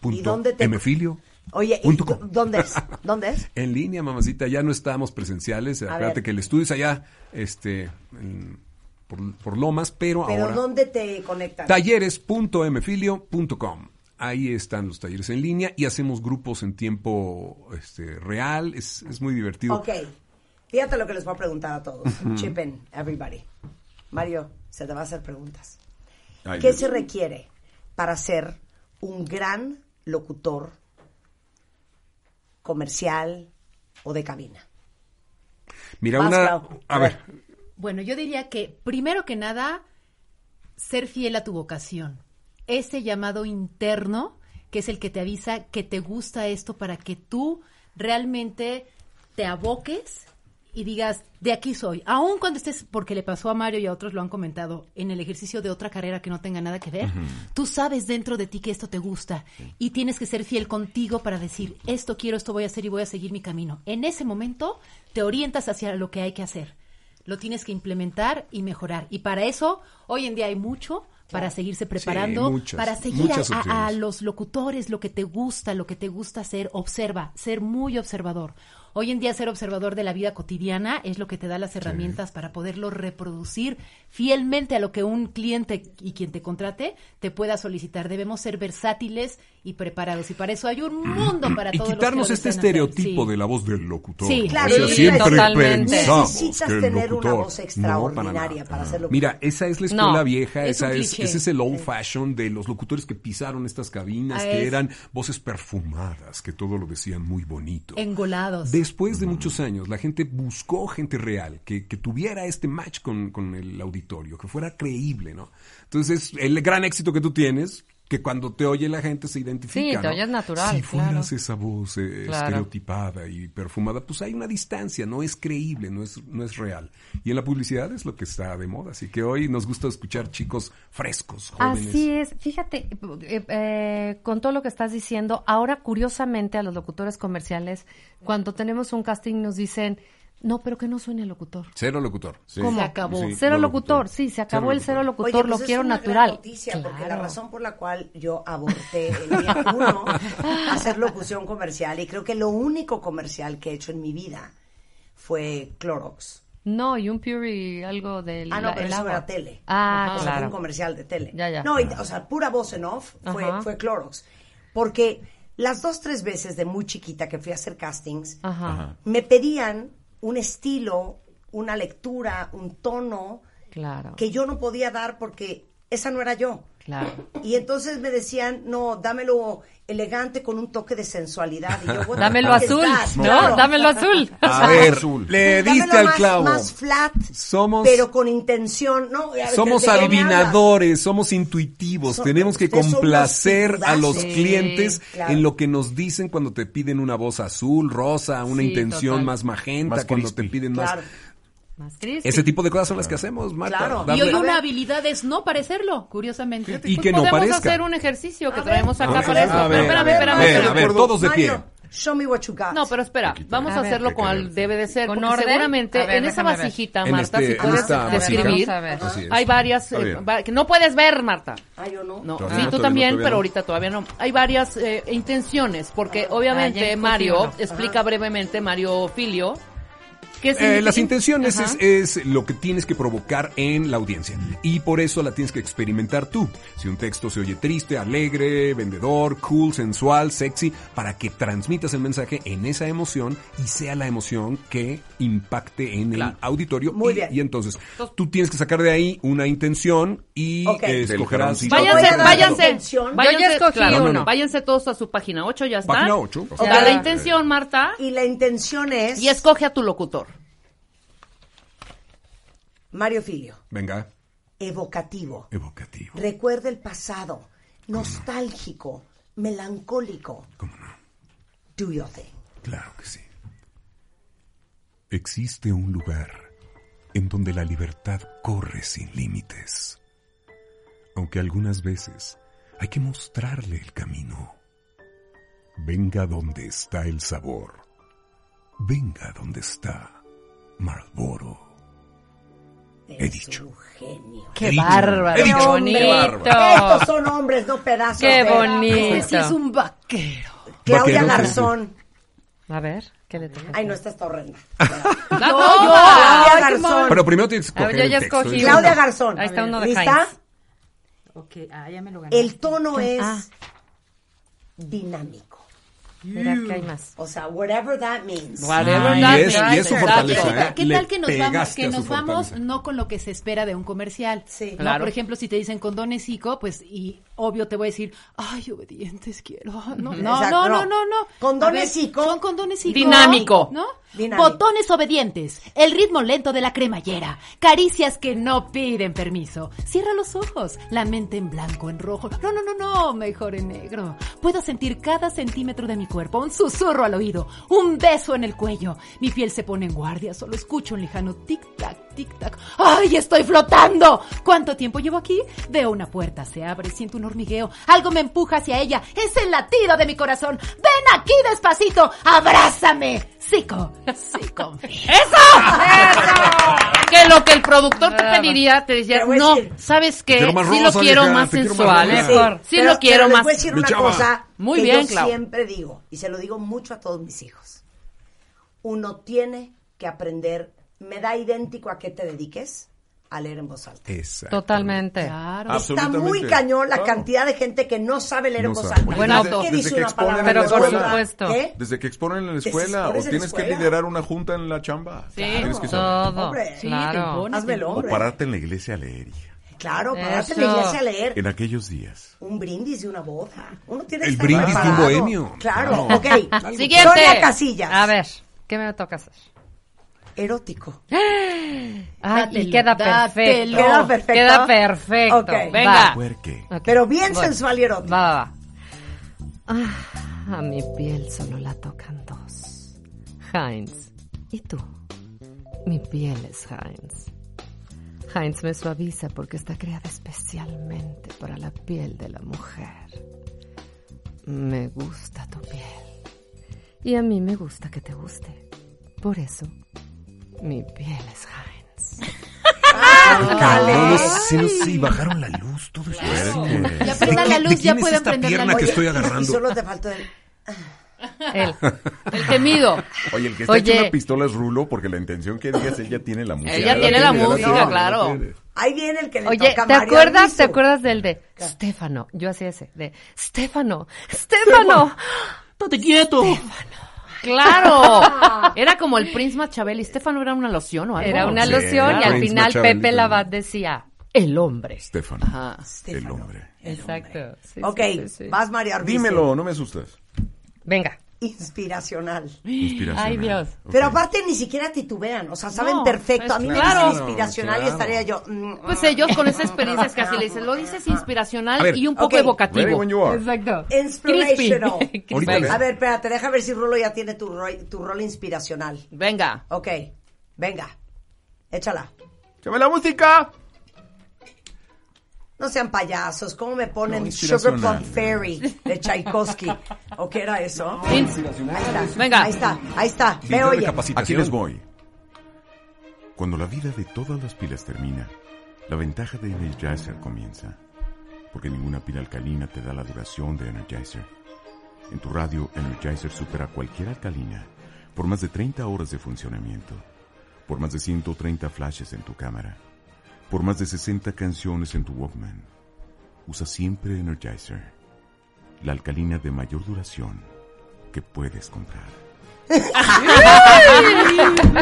Speaker 9: Punto.
Speaker 1: dónde te-
Speaker 9: Mfilio.
Speaker 1: Oye, ¿y
Speaker 9: Punto com.
Speaker 1: dó- ¿dónde
Speaker 9: <laughs>
Speaker 1: es? ¿Dónde es?
Speaker 9: En línea, mamacita, ya no estábamos presenciales. Acuérdate
Speaker 1: ver.
Speaker 9: que el estudio es allá, este, en- por, por Lomas, pero,
Speaker 1: Pero
Speaker 9: ahora
Speaker 1: ¿dónde te conectas?
Speaker 9: talleres.mfilio.com. Ahí están los talleres en línea y hacemos grupos en tiempo este, real. Es, es muy divertido.
Speaker 1: Ok. Fíjate lo que les voy a preguntar a todos.
Speaker 9: Ujú.
Speaker 1: Chipen, everybody. Mario, se te va a hacer preguntas.
Speaker 13: Ay,
Speaker 1: ¿Qué
Speaker 13: Dios.
Speaker 1: se requiere para ser un gran locutor comercial o de cabina?
Speaker 9: Mira,
Speaker 1: Vas,
Speaker 9: una.
Speaker 1: Clau.
Speaker 9: A ver,
Speaker 5: Bueno, yo diría que primero que nada, ser fiel a tu vocación. Ese llamado interno que es el que te avisa que te gusta esto para que tú realmente te aboques y digas, de aquí soy. Aún cuando estés, porque le pasó a Mario y a otros lo han comentado, en el ejercicio de otra carrera que no tenga nada que ver,
Speaker 19: Ujú.
Speaker 5: tú sabes dentro de ti que esto te gusta y tienes que ser fiel contigo para decir, esto quiero, esto voy a hacer y voy a seguir mi camino. En ese momento te orientas hacia lo que hay que hacer. Lo tienes que implementar y mejorar. Y para eso, hoy en día hay mucho para seguirse preparando,
Speaker 19: muchas,
Speaker 5: para seguir
Speaker 19: muchas
Speaker 5: a- a, a
Speaker 19: opciones.
Speaker 5: los locutores lo que te gusta, lo que te gusta hacer. Observa, ser muy observador. Hoy en día ser observador de la vida cotidiana es lo que te da las herramientas para poderlo reproducir fielmente a lo que un cliente y quien te contrate te pueda solicitar. Debemos ser versátiles y preparados. Y para eso hay
Speaker 9: <clears throat>
Speaker 5: un mundo para
Speaker 9: y
Speaker 5: todos los que
Speaker 9: quitarnos
Speaker 5: lo
Speaker 9: este
Speaker 5: desean hacer.
Speaker 9: estereotipo
Speaker 5: Sí.
Speaker 9: de la voz del locutor.
Speaker 5: Sí,
Speaker 9: O
Speaker 5: claro,
Speaker 9: sea,
Speaker 5: sí,
Speaker 9: siempre
Speaker 5: totalmente.
Speaker 9: pensamos
Speaker 1: Necesitas
Speaker 9: que el
Speaker 1: tener una
Speaker 9: locutor-
Speaker 1: voz
Speaker 9: No, para
Speaker 1: extraordinaria
Speaker 9: nada.
Speaker 1: para ser locutor.
Speaker 9: Mira, esa es la escuela
Speaker 1: No,
Speaker 9: vieja,
Speaker 1: es
Speaker 9: esa
Speaker 1: un
Speaker 9: es,
Speaker 1: cliché.
Speaker 9: ese es el old fashion de los locutores que pisaron estas cabinas,
Speaker 5: Ah,
Speaker 9: que
Speaker 5: es.
Speaker 9: eran voces perfumadas, que todo lo decían muy bonito.
Speaker 5: Engolados.
Speaker 9: Después de muchos años, la gente buscó gente real, que, que tuviera este match con, con el auditorio, que fuera creíble, ¿no? Entonces, el gran éxito que tú tienes, que cuando te oye la gente se identifica.
Speaker 7: Sí, te
Speaker 9: ¿no?
Speaker 7: oyes natural,
Speaker 9: Si fueras
Speaker 7: claro.
Speaker 9: esa voz eh,
Speaker 7: Claro.
Speaker 9: estereotipada y perfumada, pues hay una distancia, no es creíble, no es, no es real. Y en la publicidad es lo que está de moda, así que hoy nos gusta escuchar chicos frescos, jóvenes.
Speaker 7: Así es. Fíjate, eh, eh, con todo lo que estás diciendo, ahora curiosamente a los locutores comerciales, cuando tenemos un casting nos dicen, no, pero que no suene el locutor.
Speaker 9: Cero locutor.
Speaker 7: ¿Cómo? cero locutor. sí, se acabó el cero locutor,
Speaker 1: Oye, pues
Speaker 7: lo
Speaker 1: es
Speaker 7: quiero
Speaker 1: una
Speaker 7: natural.
Speaker 1: Gran noticia, porque la
Speaker 7: Claro.
Speaker 1: razón por la cual yo aborté el día
Speaker 7: <laughs>
Speaker 1: uno hacer locución comercial, y creo que lo único comercial que he hecho en mi vida fue Clorox.
Speaker 7: No, y un Puri, algo del
Speaker 1: Ah, no,
Speaker 7: la-
Speaker 1: pero
Speaker 7: el
Speaker 1: eso
Speaker 7: agua.
Speaker 1: era tele.
Speaker 7: Ah,
Speaker 1: O sea,
Speaker 7: claro.
Speaker 1: un comercial de tele.
Speaker 7: Ya, ya.
Speaker 1: No, y- o sea, pura voz en off fue,
Speaker 7: Ajá.
Speaker 1: fue Clorox. Porque las dos, tres veces de muy chiquita que fui a hacer castings,
Speaker 7: Ajá. Ajá.
Speaker 1: me pedían un estilo, una lectura, un tono
Speaker 7: Claro,
Speaker 1: que yo no podía dar porque esa no era yo. <laughs>
Speaker 7: claro.
Speaker 1: Y entonces me decían, no, dámelo elegante con un toque de sensualidad. Y yo,
Speaker 10: <laughs>
Speaker 1: what the
Speaker 7: Dámelo
Speaker 1: fuck is
Speaker 7: azul,
Speaker 1: that?
Speaker 7: ¿no?
Speaker 1: Claro.
Speaker 7: Dámelo <laughs> azul.
Speaker 9: A ver, le
Speaker 1: Dámelo
Speaker 9: diste al
Speaker 1: más-
Speaker 9: clavo.
Speaker 1: Más flat,
Speaker 9: Somos-
Speaker 1: pero con intención, ¿no? ¿De-
Speaker 9: Somos
Speaker 1: de qué me
Speaker 9: adivinadores, somos intuitivos,
Speaker 1: So-
Speaker 9: tenemos que
Speaker 1: ustedes son
Speaker 9: complacer
Speaker 1: unos
Speaker 9: a los
Speaker 1: pitudazos.
Speaker 9: clientes
Speaker 1: Sí, claro.
Speaker 9: en lo que nos dicen cuando te piden una voz azul, rosa, una
Speaker 1: Sí,
Speaker 9: intención
Speaker 1: total.
Speaker 9: más magenta,
Speaker 1: Más
Speaker 9: cuando te piden más...
Speaker 1: Claro.
Speaker 9: Ese tipo de cosas son las que hacemos, Marta.
Speaker 5: Claro.
Speaker 9: Darle-
Speaker 5: Y hoy una habilidad es no parecerlo, curiosamente.
Speaker 9: Y que no
Speaker 10: pues Podemos
Speaker 9: parezca.
Speaker 10: hacer un ejercicio que traemos acá
Speaker 9: A ver,
Speaker 10: para esto. Pero
Speaker 9: a ver,
Speaker 10: espérame,
Speaker 9: a ver,
Speaker 10: espérame.
Speaker 9: a ver,
Speaker 10: espérame.
Speaker 9: a ver, todos de pie.
Speaker 1: Show me what you got.
Speaker 10: No, pero espera, vamos a
Speaker 7: A ver.
Speaker 10: hacerlo
Speaker 7: Hay
Speaker 10: como al- debe de ser.
Speaker 7: ¿Con
Speaker 10: porque
Speaker 7: orden?
Speaker 10: Seguramente
Speaker 7: A ver,
Speaker 10: en esa
Speaker 7: déjame ver.
Speaker 10: vasijita,
Speaker 7: En
Speaker 10: Marta,
Speaker 7: este-
Speaker 10: si
Speaker 7: en
Speaker 10: puedes
Speaker 7: esta vasija.
Speaker 10: escribir,
Speaker 7: Vamos a ver. Así es.
Speaker 10: hay varias
Speaker 7: Está
Speaker 10: eh,
Speaker 7: bien.
Speaker 10: va- que no puedes ver, Marta.
Speaker 1: Ah, yo no.
Speaker 10: No,
Speaker 7: Todavía
Speaker 10: sí,
Speaker 7: no,
Speaker 10: tú
Speaker 7: todavía no,
Speaker 10: también,
Speaker 7: todavía
Speaker 10: pero
Speaker 7: no.
Speaker 10: ahorita todavía no. Hay varias eh, intenciones, porque
Speaker 7: Ah, ya
Speaker 10: obviamente
Speaker 7: inclusive
Speaker 10: Mario
Speaker 7: no.
Speaker 10: explica brevemente, Mario Filio, ¿Qué
Speaker 9: Eh, las
Speaker 10: significa?
Speaker 9: intenciones
Speaker 10: Ajá.
Speaker 9: es, es lo que tienes que provocar en la audiencia y por eso la tienes que experimentar tú. Si un texto se oye triste, alegre, vendedor, cool, sensual, sexy, para que transmitas el mensaje en esa emoción y sea la emoción que impacte en el auditorio. y, y entonces tú tienes que sacar de ahí una intención y
Speaker 10: Ok.
Speaker 9: eh,
Speaker 10: Del
Speaker 9: escogerás.
Speaker 10: jarroncito. Váyanse, váyanse.
Speaker 7: Yo
Speaker 10: Váyanse,
Speaker 7: ya escogí
Speaker 10: claro.
Speaker 7: uno.
Speaker 10: No, no, no. Váyanse todos a su página 8, ya está.
Speaker 9: Página 8.
Speaker 10: O sea, la intención, Marta.
Speaker 1: Y la intención es.
Speaker 10: Y escoge a tu locutor.
Speaker 1: Mario Filio,
Speaker 9: Venga,
Speaker 1: evocativo.
Speaker 9: evocativo.
Speaker 1: Recuerda el pasado, nostálgico, melancólico. ¿Cómo no? Do your thing.
Speaker 9: Claro que sí. Existe un lugar en donde la libertad corre sin límites. Aunque algunas veces hay que mostrarle el camino. Venga donde está el sabor. Venga donde está Marlboro. He dicho.
Speaker 1: ¡Qué
Speaker 9: He dicho,
Speaker 1: bárbaro!
Speaker 9: he dicho.
Speaker 1: ¡Qué hombre!
Speaker 9: Qué bárbaro.
Speaker 1: Estos son hombres, no pedazos. de-
Speaker 7: Qué bonito.
Speaker 1: Este sí es un vaquero.
Speaker 7: Vaquero,
Speaker 1: Claudia
Speaker 7: sí.
Speaker 1: Garzón.
Speaker 7: A ver, ¿qué le toca?
Speaker 1: Ay, no, esta está
Speaker 7: <laughs>
Speaker 1: horrenda. No,
Speaker 7: No, no,
Speaker 1: yo,
Speaker 7: ay,
Speaker 1: Claudia
Speaker 7: qué
Speaker 1: Garzón.
Speaker 7: mal.
Speaker 9: Pero primero tienes que
Speaker 7: A ver,
Speaker 9: escoger
Speaker 7: yo
Speaker 9: el
Speaker 7: ya
Speaker 9: texto,
Speaker 7: escogí
Speaker 9: ¿eh?
Speaker 1: Claudia Garzón.
Speaker 7: Ahí está uno de
Speaker 1: ¿Lista?
Speaker 7: Heinz.
Speaker 5: Ok, ah, ya me lo gané.
Speaker 1: El tono es
Speaker 7: Ah.
Speaker 1: dinámico.
Speaker 7: Mira, aquí hay más.
Speaker 1: O sea, whatever that means.
Speaker 9: Whatever Ah, y that es- means. y es su fortaleza, ¿eh?
Speaker 5: ¿Qué
Speaker 9: Le
Speaker 5: tal que nos vamos,
Speaker 9: pegaste
Speaker 5: que
Speaker 9: a su
Speaker 5: nos vamos
Speaker 9: fortaleza.
Speaker 5: no con lo que se espera de un comercial? Sí.
Speaker 10: Claro.
Speaker 5: por ejemplo, si te dicen condones Zico, pues, y obvio te voy a decir, ay, obedientes quiero. No, no,
Speaker 1: Exacto,
Speaker 5: no, no,
Speaker 1: no.
Speaker 5: no, no.
Speaker 1: Condones
Speaker 5: A ver,
Speaker 1: Zico.
Speaker 5: Son condones Zico.
Speaker 10: Dinámico.
Speaker 5: ¿No?
Speaker 1: Dinámico.
Speaker 5: Botones obedientes. El ritmo lento de la cremallera. Caricias que no piden permiso. Cierra los ojos. La mente en blanco, en rojo. No, no, no, no. Mejor en negro. Puedo sentir cada centímetro de mi cuerpo. Un susurro al oído. Un beso en el cuello. Mi piel se pone en guardia. Solo escucho un lejano tic-tac, tic-tac. ¡Ay, estoy flotando! ¿Cuánto tiempo llevo aquí? Veo una puerta. Se abre. Siento un hormigueo. Algo me empuja hacia ella. Es el latido de mi corazón. Ven aquí despacito. Abrázame. Zico. Zico.
Speaker 10: <laughs> Que lo que el productor que te diría, te decía,
Speaker 1: voy a
Speaker 10: no,
Speaker 1: decir-
Speaker 10: ¿sabes qué?
Speaker 1: Quiero más
Speaker 10: Sí
Speaker 1: rosa,
Speaker 10: lo quiero
Speaker 1: vieja,
Speaker 10: más
Speaker 1: te quiero más
Speaker 10: sensual.
Speaker 1: rosa.
Speaker 10: mejor. Sí, lo quiero
Speaker 1: pero
Speaker 10: más.
Speaker 1: Les voy a decir una cosa
Speaker 10: Muy
Speaker 1: que
Speaker 10: bien,
Speaker 1: yo
Speaker 10: Clau.
Speaker 1: siempre digo, y se lo digo mucho a todos mis hijos. Uno tiene que aprender, me da idéntico a qué te dediques, a leer en voz alta.
Speaker 9: Exacto.
Speaker 7: Totalmente.
Speaker 1: Está muy cañón la cantidad de gente que no sabe leer en
Speaker 13: No
Speaker 1: voz
Speaker 13: sabe.
Speaker 1: alta.
Speaker 13: Bueno,
Speaker 1: ¿Qué
Speaker 13: desde-
Speaker 1: dice
Speaker 13: desde que
Speaker 1: una
Speaker 13: exponen
Speaker 1: palabra?
Speaker 13: en la
Speaker 1: en voz
Speaker 13: escuela.
Speaker 1: alta? ¿Eh?
Speaker 13: Desde que exponen en la
Speaker 1: Desde
Speaker 13: escuela
Speaker 1: expones
Speaker 13: o
Speaker 1: en la
Speaker 13: tienes que
Speaker 1: escuela.
Speaker 13: liderar una junta en la chamba.
Speaker 1: Sí,
Speaker 13: Tienes que saber.
Speaker 7: Todo.
Speaker 1: Hombre, sí, te
Speaker 7: claro.
Speaker 10: <laughs>
Speaker 1: impones, Hazme el te
Speaker 13: O
Speaker 1: hombre.
Speaker 13: pararte en la iglesia a leer. hija.
Speaker 1: Claro, pararte en
Speaker 7: Eso.
Speaker 1: la iglesia a leer.
Speaker 13: En aquellos días.
Speaker 1: Un brindis de una boda. Uno tiene que
Speaker 13: El
Speaker 1: estar
Speaker 13: brindis de un
Speaker 1: preparado.
Speaker 13: bohemio.
Speaker 1: Claro,
Speaker 13: Claro.
Speaker 1: ok.
Speaker 10: <laughs>
Speaker 7: Siguiente.
Speaker 1: Sonia Casillas.
Speaker 7: A ver, ¿qué me toca hacer?
Speaker 1: Erótico.
Speaker 10: Ah,
Speaker 7: Ay, y
Speaker 1: Dátelo,
Speaker 7: queda
Speaker 1: dátelo.
Speaker 7: perfecto.
Speaker 1: Queda perfecto.
Speaker 7: Queda perfecto.
Speaker 1: Ok.
Speaker 7: Venga.
Speaker 13: Puerque.
Speaker 7: Ok,
Speaker 1: Pero bien
Speaker 7: voy.
Speaker 1: sensual y erótico.
Speaker 7: Va, va, va. Ah, a mi piel solo la tocan dos. Heinz, ¿y tú? Mi piel es Heinz. Heinz me suaviza porque está creada especialmente para la piel de la mujer. Me gusta tu piel. Y a mí me gusta que te guste. Por eso, mi piel es <laughs> Heinz.
Speaker 9: Cabrón, no sé, no sé, y bajaron la luz, todo eso.
Speaker 13: Puerque.
Speaker 5: Ya prenda
Speaker 9: ¿De
Speaker 5: la
Speaker 9: qui-
Speaker 5: luz,
Speaker 9: de
Speaker 5: ya
Speaker 9: quién es
Speaker 5: pueden
Speaker 9: esta
Speaker 5: prender la
Speaker 9: pierna
Speaker 5: luz.
Speaker 9: que estoy
Speaker 1: Y <laughs>
Speaker 9: agarrando?
Speaker 1: solo te faltó el...
Speaker 7: Él. El temido.
Speaker 13: Oye, el que está
Speaker 7: Oye.
Speaker 13: hecho una pistola es Rulo porque la intención que digas, él ya tiene la música.
Speaker 10: Ella tiene la música, claro.
Speaker 1: Ahí viene el que le
Speaker 7: Oye,
Speaker 1: toca a
Speaker 7: ¿te
Speaker 1: Mario
Speaker 7: acuerdas?
Speaker 1: Alviso.
Speaker 7: ¿Te acuerdas del de Stefano? Yo hacía ese, de Stefano, Stefano.
Speaker 10: ¡Estate quieto! ¡Claro! Era como el Prince Machiavelli. Stefano era una loción o algo.
Speaker 7: Era una
Speaker 13: Sí,
Speaker 7: loción y
Speaker 13: claro.
Speaker 7: al
Speaker 13: Prince
Speaker 7: final
Speaker 13: Machiavelli
Speaker 7: Pepe
Speaker 13: también.
Speaker 7: Labat decía, el hombre.
Speaker 9: Este.
Speaker 13: Stefano.
Speaker 7: Ajá.
Speaker 1: Este
Speaker 13: El hombre.
Speaker 7: Exacto. Sí,
Speaker 1: Ok,
Speaker 7: sí, sí, sí.
Speaker 1: vas Mario Arbizu.
Speaker 13: Dímelo, no me asustas.
Speaker 7: Venga.
Speaker 1: Inspiracional.
Speaker 13: Inspiración.
Speaker 7: Ay, Dios.
Speaker 1: Pero aparte ni siquiera titubean, o sea, saben
Speaker 10: No,
Speaker 1: perfecto. A mí
Speaker 10: claro.
Speaker 1: me dicen inspiracional y
Speaker 13: Claro.
Speaker 1: estaría yo... mm,
Speaker 10: Pues
Speaker 1: mm.
Speaker 10: ellos con esa experiencia es que así le dicen, lo dices inspiracional
Speaker 9: A ver,
Speaker 10: y un poco
Speaker 1: ok.
Speaker 13: Ready
Speaker 10: evocativo.
Speaker 13: when you are.
Speaker 7: Exacto.
Speaker 1: Inspirational. <laughs>
Speaker 7: <laughs> Crispy.
Speaker 9: Ahorita
Speaker 7: Venga.
Speaker 9: ves.
Speaker 1: A ver, espérate, deja ver si Rulo ya tiene tu, rol- tu rol inspiracional.
Speaker 10: Venga.
Speaker 1: Ok, venga, échala.
Speaker 13: ¡Chame la música!
Speaker 1: No sean payasos, ¿cómo me ponen
Speaker 13: No,
Speaker 1: Sugar
Speaker 13: inspiracional.
Speaker 1: Plum Fairy de Tchaikovsky? ¿O qué era eso? ahí está,
Speaker 10: Venga.
Speaker 1: ahí está, ahí está, me
Speaker 9: Libre de
Speaker 1: oye.
Speaker 9: capacitación.
Speaker 13: Aquí les voy. Cuando la vida de todas las pilas termina, la ventaja de Energizer comienza. Porque ninguna pila alcalina te da la duración de Energizer. En tu radio, Energizer supera a cualquier alcalina por más de 30 horas de funcionamiento. por más de 130 flashes en tu cámara, por más de 60 canciones en tu Walkman. Usa siempre Energizer, la alcalina de mayor duración que puedes comprar.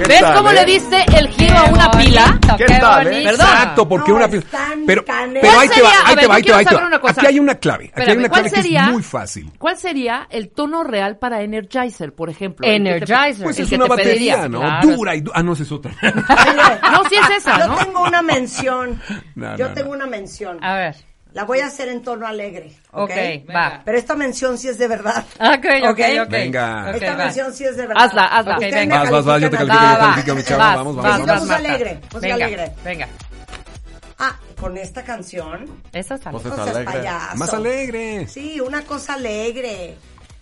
Speaker 10: ¿Ves
Speaker 13: tal,
Speaker 10: cómo
Speaker 13: eh?
Speaker 10: le diste el giro a una
Speaker 7: bonito,
Speaker 10: pila?
Speaker 7: qué ¿Qué tal, eh? bonito.
Speaker 9: Exacto, porque una pila. Pero, pero
Speaker 10: ¿Cuál
Speaker 9: ahí te
Speaker 10: sería?
Speaker 9: va,
Speaker 10: A
Speaker 9: ahí
Speaker 10: ver,
Speaker 9: te
Speaker 10: yo
Speaker 9: va, ahí te
Speaker 10: quiero
Speaker 9: va, ahí te
Speaker 10: saber una
Speaker 9: va.
Speaker 10: cosa.
Speaker 9: Aquí hay una clave. Aquí hay
Speaker 10: Espérame,
Speaker 9: una
Speaker 10: ¿cuál
Speaker 9: clave que es
Speaker 10: sería?
Speaker 9: muy fácil.
Speaker 10: ¿Cuál sería el tono real para Energizer, por ejemplo? <laughs>
Speaker 7: Energizer.
Speaker 9: Pues es una batería, ¿no? Dura y du- Ah, no, esa es otra.
Speaker 10: No, sí es esa,
Speaker 1: Yo
Speaker 10: ¿no?
Speaker 1: tengo una mención.
Speaker 9: <laughs> No,
Speaker 1: Yo
Speaker 9: no,
Speaker 1: tengo una mención.
Speaker 7: A ver.
Speaker 1: La voy a hacer en tono alegre. Ok,
Speaker 7: Ok, va.
Speaker 1: Pero esta mención sí es de verdad.
Speaker 7: Ok, ok, ok.
Speaker 9: Venga.
Speaker 1: Esta
Speaker 7: Ok, va.
Speaker 1: mención sí es de verdad.
Speaker 7: Hazla, hazla.
Speaker 1: Ustedes
Speaker 7: Ok,
Speaker 1: me
Speaker 7: venga.
Speaker 9: Vas, vas, vas, yo te
Speaker 1: califican a-
Speaker 9: califico, yo califico, mi chava. Vamos,
Speaker 1: Vas, vas,
Speaker 9: vamos, vamos.
Speaker 1: música alegre, música
Speaker 7: venga,
Speaker 1: alegre.
Speaker 7: Venga.
Speaker 1: Ah, con esta canción.
Speaker 7: Esa es alegre.
Speaker 1: No seas payaso.
Speaker 9: Más alegre.
Speaker 1: Sí, una cosa alegre.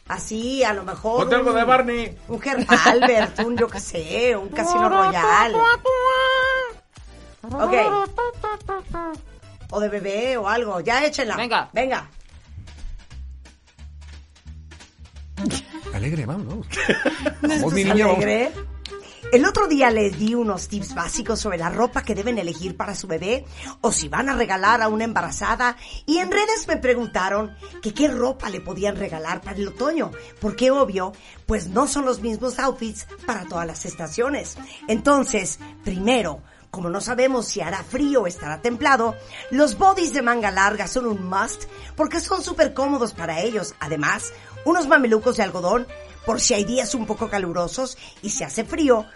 Speaker 1: Así, a lo mejor.
Speaker 9: Ponte algo
Speaker 1: un-
Speaker 9: de Barney.
Speaker 1: Un Herb Albert, un yo qué sé, un Casino Royal. Ok. <laughs> O de bebé o algo. Ya échenla. Venga. Venga.
Speaker 9: Alegre, vamos, vamos.
Speaker 1: Esto
Speaker 9: Vamos, mi
Speaker 1: es
Speaker 9: niño.
Speaker 1: alegre. El otro día les di unos tips básicos sobre la ropa que deben elegir para su bebé o si van a regalar a una embarazada y en redes me preguntaron que qué ropa le podían regalar para el otoño, porque obvio, pues no son los mismos outfits para todas las estaciones. Entonces, primero, como no sabemos si hará frío o estará templado, los bodys de manga larga son un must porque son súper cómodos para ellos. Además, unos mamelucos de algodón por si hay días un poco calurosos y se hace frío,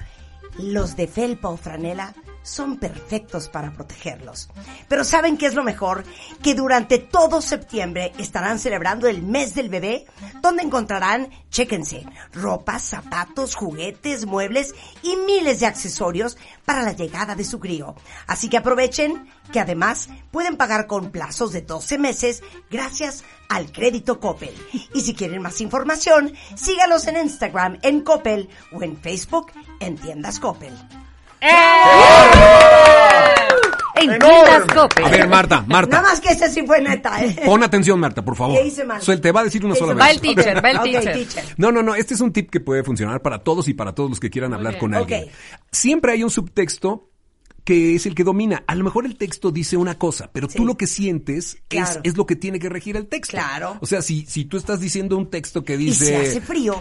Speaker 1: los de felpa o franela son perfectos para protegerlos. Pero ¿saben qué es lo mejor? Que durante todo septiembre estarán celebrando el mes del bebé, donde encontrarán, chéquense, ropas, zapatos, juguetes, muebles y miles de accesorios para la llegada de su crío. Así que aprovechen que además pueden pagar con plazos de 12 meses gracias al crédito Coppel. Y si quieren más información, síganos en Instagram en Coppel o en Facebook en tiendas Coppel.
Speaker 7: ¡Eh!
Speaker 10: ¡Eh!
Speaker 7: En tiendas Coppel.
Speaker 9: A ver, Marta, Marta.
Speaker 1: Nada más que ese sí fue neta, ¿eh?
Speaker 9: Pon atención, Marta, por favor.
Speaker 1: ¿Qué hice mal?
Speaker 9: Suelte, va a decir una
Speaker 1: ¿Qué hice
Speaker 9: sola
Speaker 1: mal?
Speaker 9: vez.
Speaker 1: Va el teacher, va el Ok, teacher. teacher.
Speaker 9: No, no, no. Este es un tip que puede funcionar para todos y para todos los que quieran hablar
Speaker 1: bien.
Speaker 9: con alguien.
Speaker 1: Ok.
Speaker 9: Siempre hay un subtexto que es el que domina. A lo mejor el texto dice una cosa, pero tú lo que sientes
Speaker 1: Claro.
Speaker 9: es, es lo que tiene que regir el texto.
Speaker 1: Claro.
Speaker 9: O sea, si, si tú estás diciendo un texto que
Speaker 1: Y
Speaker 9: dice...
Speaker 1: si hace frío,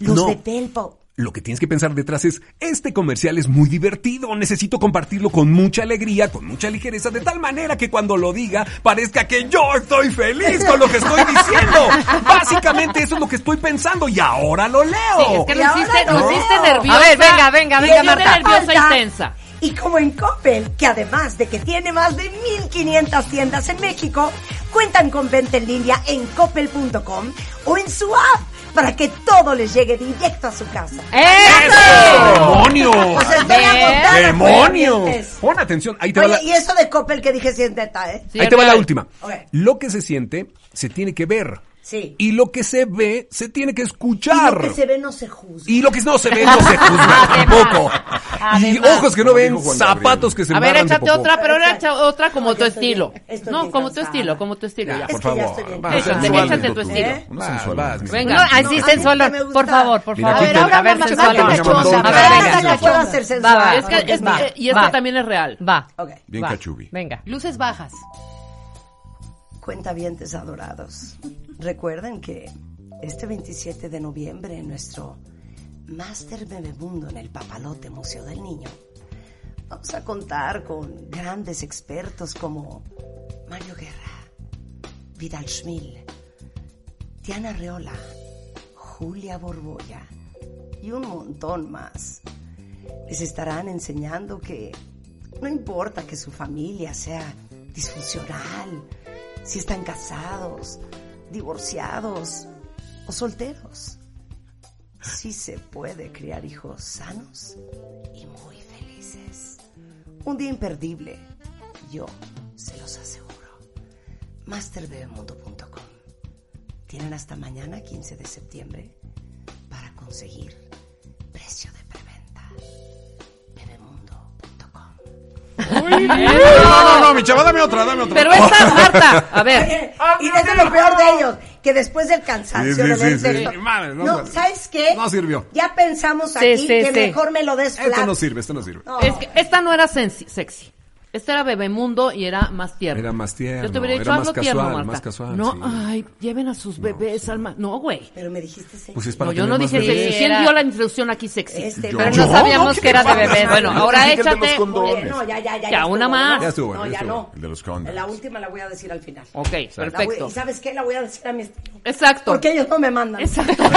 Speaker 1: los
Speaker 9: No.
Speaker 1: de felpa.
Speaker 9: Lo que tienes que pensar detrás es, este comercial es muy divertido, necesito compartirlo con mucha alegría, con mucha ligereza, de tal manera que cuando lo diga parezca que yo estoy feliz con lo que estoy
Speaker 1: <laughs>
Speaker 9: diciendo. Básicamente eso es lo que estoy pensando y ahora lo leo.
Speaker 10: Sí, es que nos hiciste, nos hiciste nerviosa.
Speaker 7: A ver, venga, venga, venga,
Speaker 10: Nos hiciste
Speaker 7: Marta.
Speaker 10: nerviosa y
Speaker 7: Falta.
Speaker 10: tensa.
Speaker 1: Y como en Coppel, que además de que tiene más de 1500 tiendas en México, cuentan con venta en línea en coppel.com o en su app para que todo les llegue directo a su casa.
Speaker 7: Eh,
Speaker 9: ¡Demonios!
Speaker 1: Pues estoy agotada,
Speaker 9: ¡Demonios!
Speaker 1: cuentavientes.
Speaker 9: Pon atención, ahí te va
Speaker 1: Oye,
Speaker 9: la...
Speaker 1: y eso de Coppel que dije sí es neta, ¿eh?
Speaker 9: Ahí te va la última.
Speaker 1: Ok,
Speaker 9: Lo que se siente se tiene que ver.
Speaker 1: Sí.
Speaker 9: Y lo que se ve se tiene que
Speaker 1: Y
Speaker 9: escuchar.
Speaker 1: lo que se ve no se juzga.
Speaker 9: Y lo que no se ve no se
Speaker 1: <laughs>
Speaker 9: juzga tampoco. Y
Speaker 1: Además.
Speaker 9: ojos que no ven, zapatos que se
Speaker 10: A ver,
Speaker 9: embarran de
Speaker 10: échate
Speaker 9: popó.
Speaker 10: otra, pero ahora echa otra como tu estilo.
Speaker 1: estoy
Speaker 10: No,
Speaker 1: bien
Speaker 10: como tu
Speaker 1: cansada.
Speaker 10: estilo, como tu estilo.
Speaker 9: Ya,
Speaker 10: ya.
Speaker 9: por favor.
Speaker 10: Échate, échate tu estilo.
Speaker 7: ¿Eh?
Speaker 9: Vas, vas, mi
Speaker 10: Venga.
Speaker 7: No, así
Speaker 10: No,
Speaker 7: sensualón.
Speaker 1: me gusta.
Speaker 7: Por favor, por
Speaker 9: Mira,
Speaker 7: favor.
Speaker 9: aquí te-
Speaker 7: a ver,
Speaker 9: Marta,
Speaker 7: sensualón.
Speaker 9: Marta,
Speaker 7: A ver,
Speaker 9: Marta,
Speaker 7: venga.
Speaker 1: Hasta que pueda hacer sensual.
Speaker 7: Va, va,
Speaker 10: Es que- es-
Speaker 7: va,
Speaker 10: eh, y esta
Speaker 7: va.
Speaker 10: también es real.
Speaker 7: Va.
Speaker 1: Ok.
Speaker 13: Bien
Speaker 7: Va.
Speaker 13: cachubi.
Speaker 7: Venga.
Speaker 5: Luces bajas.
Speaker 1: Cuentavientes adorados, recuerden que este 27 de noviembre en nuestro Master Bebemundo en el Papalote Museo del Niño vamos a contar con grandes expertos como Mario Guerra, Vidal Schmil, Diana Reola, Julia Borbolla y un montón más. Les estarán enseñando que no importa que su familia sea disfuncional, si están casados, divorciados o solteros. Sí se puede criar hijos sanos y muy felices. Un día imperdible, yo se los aseguro. Masterbebemundo.com Tienen hasta mañana, 15 de septiembre, para conseguir precio de preventa. Bebemundo.com
Speaker 9: No, no, no, mi chava, dame otra, dame otra.
Speaker 1: Pero
Speaker 9: esta
Speaker 1: es
Speaker 10: Marta, a ver.
Speaker 1: y eso es lo peor de ellos, que después del cansancio
Speaker 9: Sí, sí,
Speaker 1: le ven
Speaker 9: sí,
Speaker 1: texto.
Speaker 9: sí. Madre, no
Speaker 1: no,
Speaker 9: sirvió.
Speaker 1: ¿sabes qué?
Speaker 9: No sirvió.
Speaker 1: Ya pensamos
Speaker 10: Sí,
Speaker 1: aquí
Speaker 10: sí,
Speaker 1: que
Speaker 10: sí.
Speaker 1: mejor me lo des
Speaker 9: Esto
Speaker 1: flat.
Speaker 9: no sirve, esto no sirve.
Speaker 10: Es que esta no era sensi- sexy. Esta era Bebemundo y era más tierna.
Speaker 9: Era más tierno,
Speaker 10: Yo te hubiera
Speaker 9: era
Speaker 10: dicho
Speaker 9: más
Speaker 10: algo tierno,
Speaker 9: casual,
Speaker 10: Marta.
Speaker 9: más casual,
Speaker 10: no,
Speaker 9: sí.
Speaker 10: ay, lleven a sus bebés al mar. No, güey.
Speaker 1: Pero me dijiste sexy.
Speaker 9: Pues es para
Speaker 10: no, yo no
Speaker 9: tener más
Speaker 10: dije
Speaker 9: bebés.
Speaker 10: sexy. ¿Quién
Speaker 9: Era-
Speaker 10: dio la introducción aquí sexy?
Speaker 1: Este,
Speaker 9: Yo.
Speaker 10: Pero
Speaker 9: ¿Yo?
Speaker 10: no sabíamos
Speaker 9: ¿Qué
Speaker 10: que era de
Speaker 9: pasa?
Speaker 10: bebés. Bueno,
Speaker 9: Yo
Speaker 10: ahora
Speaker 9: dije el de los
Speaker 10: échate.
Speaker 9: condones.
Speaker 1: No, ya, ya, ya.
Speaker 10: Ya, una más.
Speaker 1: ¿no?
Speaker 10: Ya estuvo,
Speaker 1: No,
Speaker 10: ya
Speaker 1: ya
Speaker 10: estuvo.
Speaker 1: no.
Speaker 10: El de los condones.
Speaker 1: La última la voy a decir al final.
Speaker 10: Ok,
Speaker 1: La voy-
Speaker 10: perfecto.
Speaker 1: ¿Y sabes qué? La voy a decir a mi estilo.
Speaker 10: Exacto.
Speaker 1: Porque ellos no me mandan. Exacto.
Speaker 10: <laughs>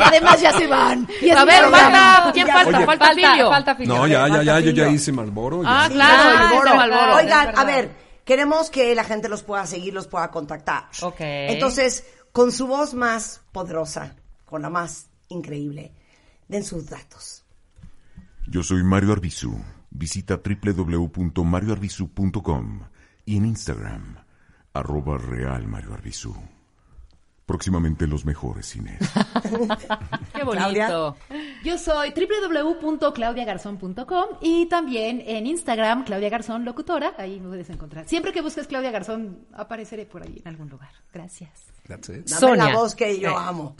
Speaker 5: Ah, Además ya se van. Y es
Speaker 10: A
Speaker 5: mi
Speaker 10: ver,
Speaker 5: programa.
Speaker 10: Marta, ¿quién
Speaker 5: Ya.
Speaker 10: falta?
Speaker 9: Oye,
Speaker 10: falta
Speaker 9: falta-
Speaker 10: Filio.
Speaker 9: falta No, ya, ya, ya, yo ya hice Malboro.
Speaker 10: Ah, claro,
Speaker 1: Ah,
Speaker 10: Malboro.
Speaker 1: es
Speaker 10: Malboro.
Speaker 1: Oigan,
Speaker 10: Es
Speaker 1: a
Speaker 10: verdad.
Speaker 1: ver, queremos que la gente los pueda seguir, los pueda contactar.
Speaker 7: Ok.
Speaker 1: Entonces, con su voz más poderosa, con la más increíble, den sus datos.
Speaker 13: Yo soy Mario Arbizu. Visita www.marioarbizu.com y en Instagram, arroba real Mario Arbizu. Próximamente los mejores
Speaker 9: <laughs>
Speaker 13: cines.
Speaker 10: Qué bonito.
Speaker 5: Yo soy www.claudiagarzón.com y también en Instagram, Claudia Garzón Locutora, ahí me puedes encontrar. Siempre que busques Claudia Garzón, apareceré por ahí en algún lugar. Gracias.
Speaker 1: Dame
Speaker 7: Sonia.
Speaker 1: la voz que yo
Speaker 7: Eh,
Speaker 1: amo.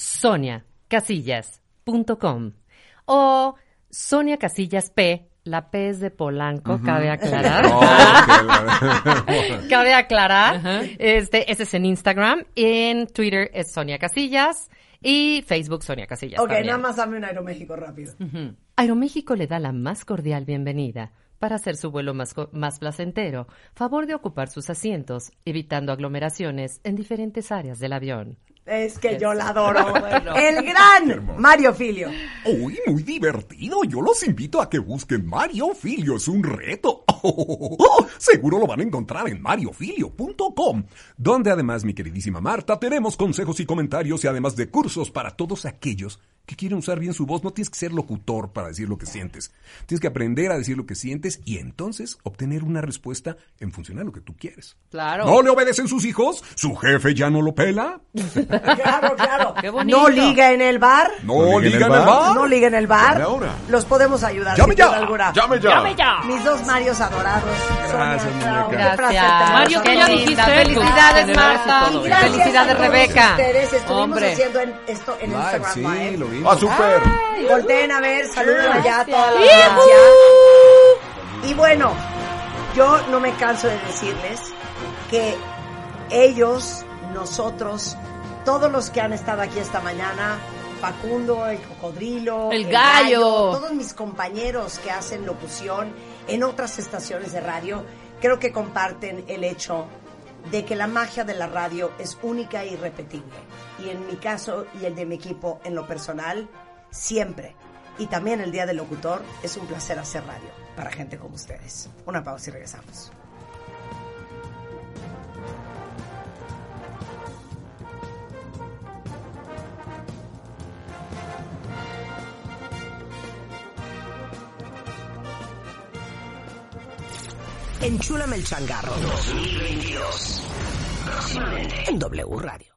Speaker 7: soniacasillas.com o Sonia Casillas P, la P es de Polanco,
Speaker 15: Ujú.
Speaker 7: cabe aclarar.
Speaker 15: Oh, qué la-
Speaker 7: <laughs> cabe aclarar. Este, ese es en Instagram, en Twitter es Sonia Casillas y Facebook Sonia Casillas.
Speaker 1: ok,
Speaker 7: también.
Speaker 1: nada más dame un Aeroméxico rápido.
Speaker 15: Aeroméxico le da la más cordial bienvenida. Para hacer su vuelo más, co- más placentero, favor de ocupar sus asientos, evitando aglomeraciones en diferentes áreas del avión.
Speaker 1: Es que yo la adoro.
Speaker 15: Bueno.
Speaker 1: El
Speaker 9: Qué
Speaker 1: gran
Speaker 9: hermoso.
Speaker 1: Mario Filio.
Speaker 9: Uy, muy divertido. Yo los invito a que busquen Mario Filio. Es un reto. <laughs> Oh, seguro lo van a encontrar en mariofilio.com, donde además, mi queridísima Marta, tenemos consejos y comentarios y además de cursos para todos aquellos que quieren usar bien su voz. No tienes que ser locutor para decir lo que sientes. Tienes que aprender a decir lo que sientes y entonces obtener una respuesta en función a lo que tú quieres.
Speaker 10: Claro.
Speaker 9: ¿No le obedecen sus hijos? ¿Su jefe ya no lo pela?
Speaker 1: Claro, claro.
Speaker 10: Qué bonito.
Speaker 1: No liga en el bar.
Speaker 9: No, liga en el bar.
Speaker 1: No liga en el bar.
Speaker 9: Llame ahora.
Speaker 1: Los podemos ayudar.
Speaker 9: Llame
Speaker 1: sin duda
Speaker 9: ya.
Speaker 1: alguna.
Speaker 9: Llame ya. Llame
Speaker 10: ya.
Speaker 1: Mis dos Marios adorados.
Speaker 9: Gracias, muñeca.
Speaker 1: Qué placer tenerlos
Speaker 10: Mario,
Speaker 1: aquí.
Speaker 10: ¿qué ya dijiste?
Speaker 7: Felicidades, Marta.
Speaker 1: Y gracias
Speaker 7: Felicidades,
Speaker 1: a todos
Speaker 7: Rebeca.
Speaker 1: ustedes. Estuvimos
Speaker 7: Hombre.
Speaker 1: haciendo en- esto en Instagram Live.
Speaker 9: lo vimos. ¡Ah, súper!
Speaker 1: Volteen a ver, saluden allá a toda la
Speaker 7: Gracias.
Speaker 1: audiencia. Y bueno, yo no me canso de decirles que ellos, nosotros, todos los que han estado aquí esta mañana, Facundo, el cocodrilo,
Speaker 10: El gallo.
Speaker 1: todos mis compañeros que hacen locución en otras estaciones de radio, creo que comparten el hecho de que la magia de la radio es única e irrepetible. Y en mi caso y el de mi equipo en lo personal, siempre. Y también el Día del Locutor es un placer hacer radio para gente como ustedes. Una pausa y regresamos. Enchúlame el changarro 2022. Próximamente en W Radio.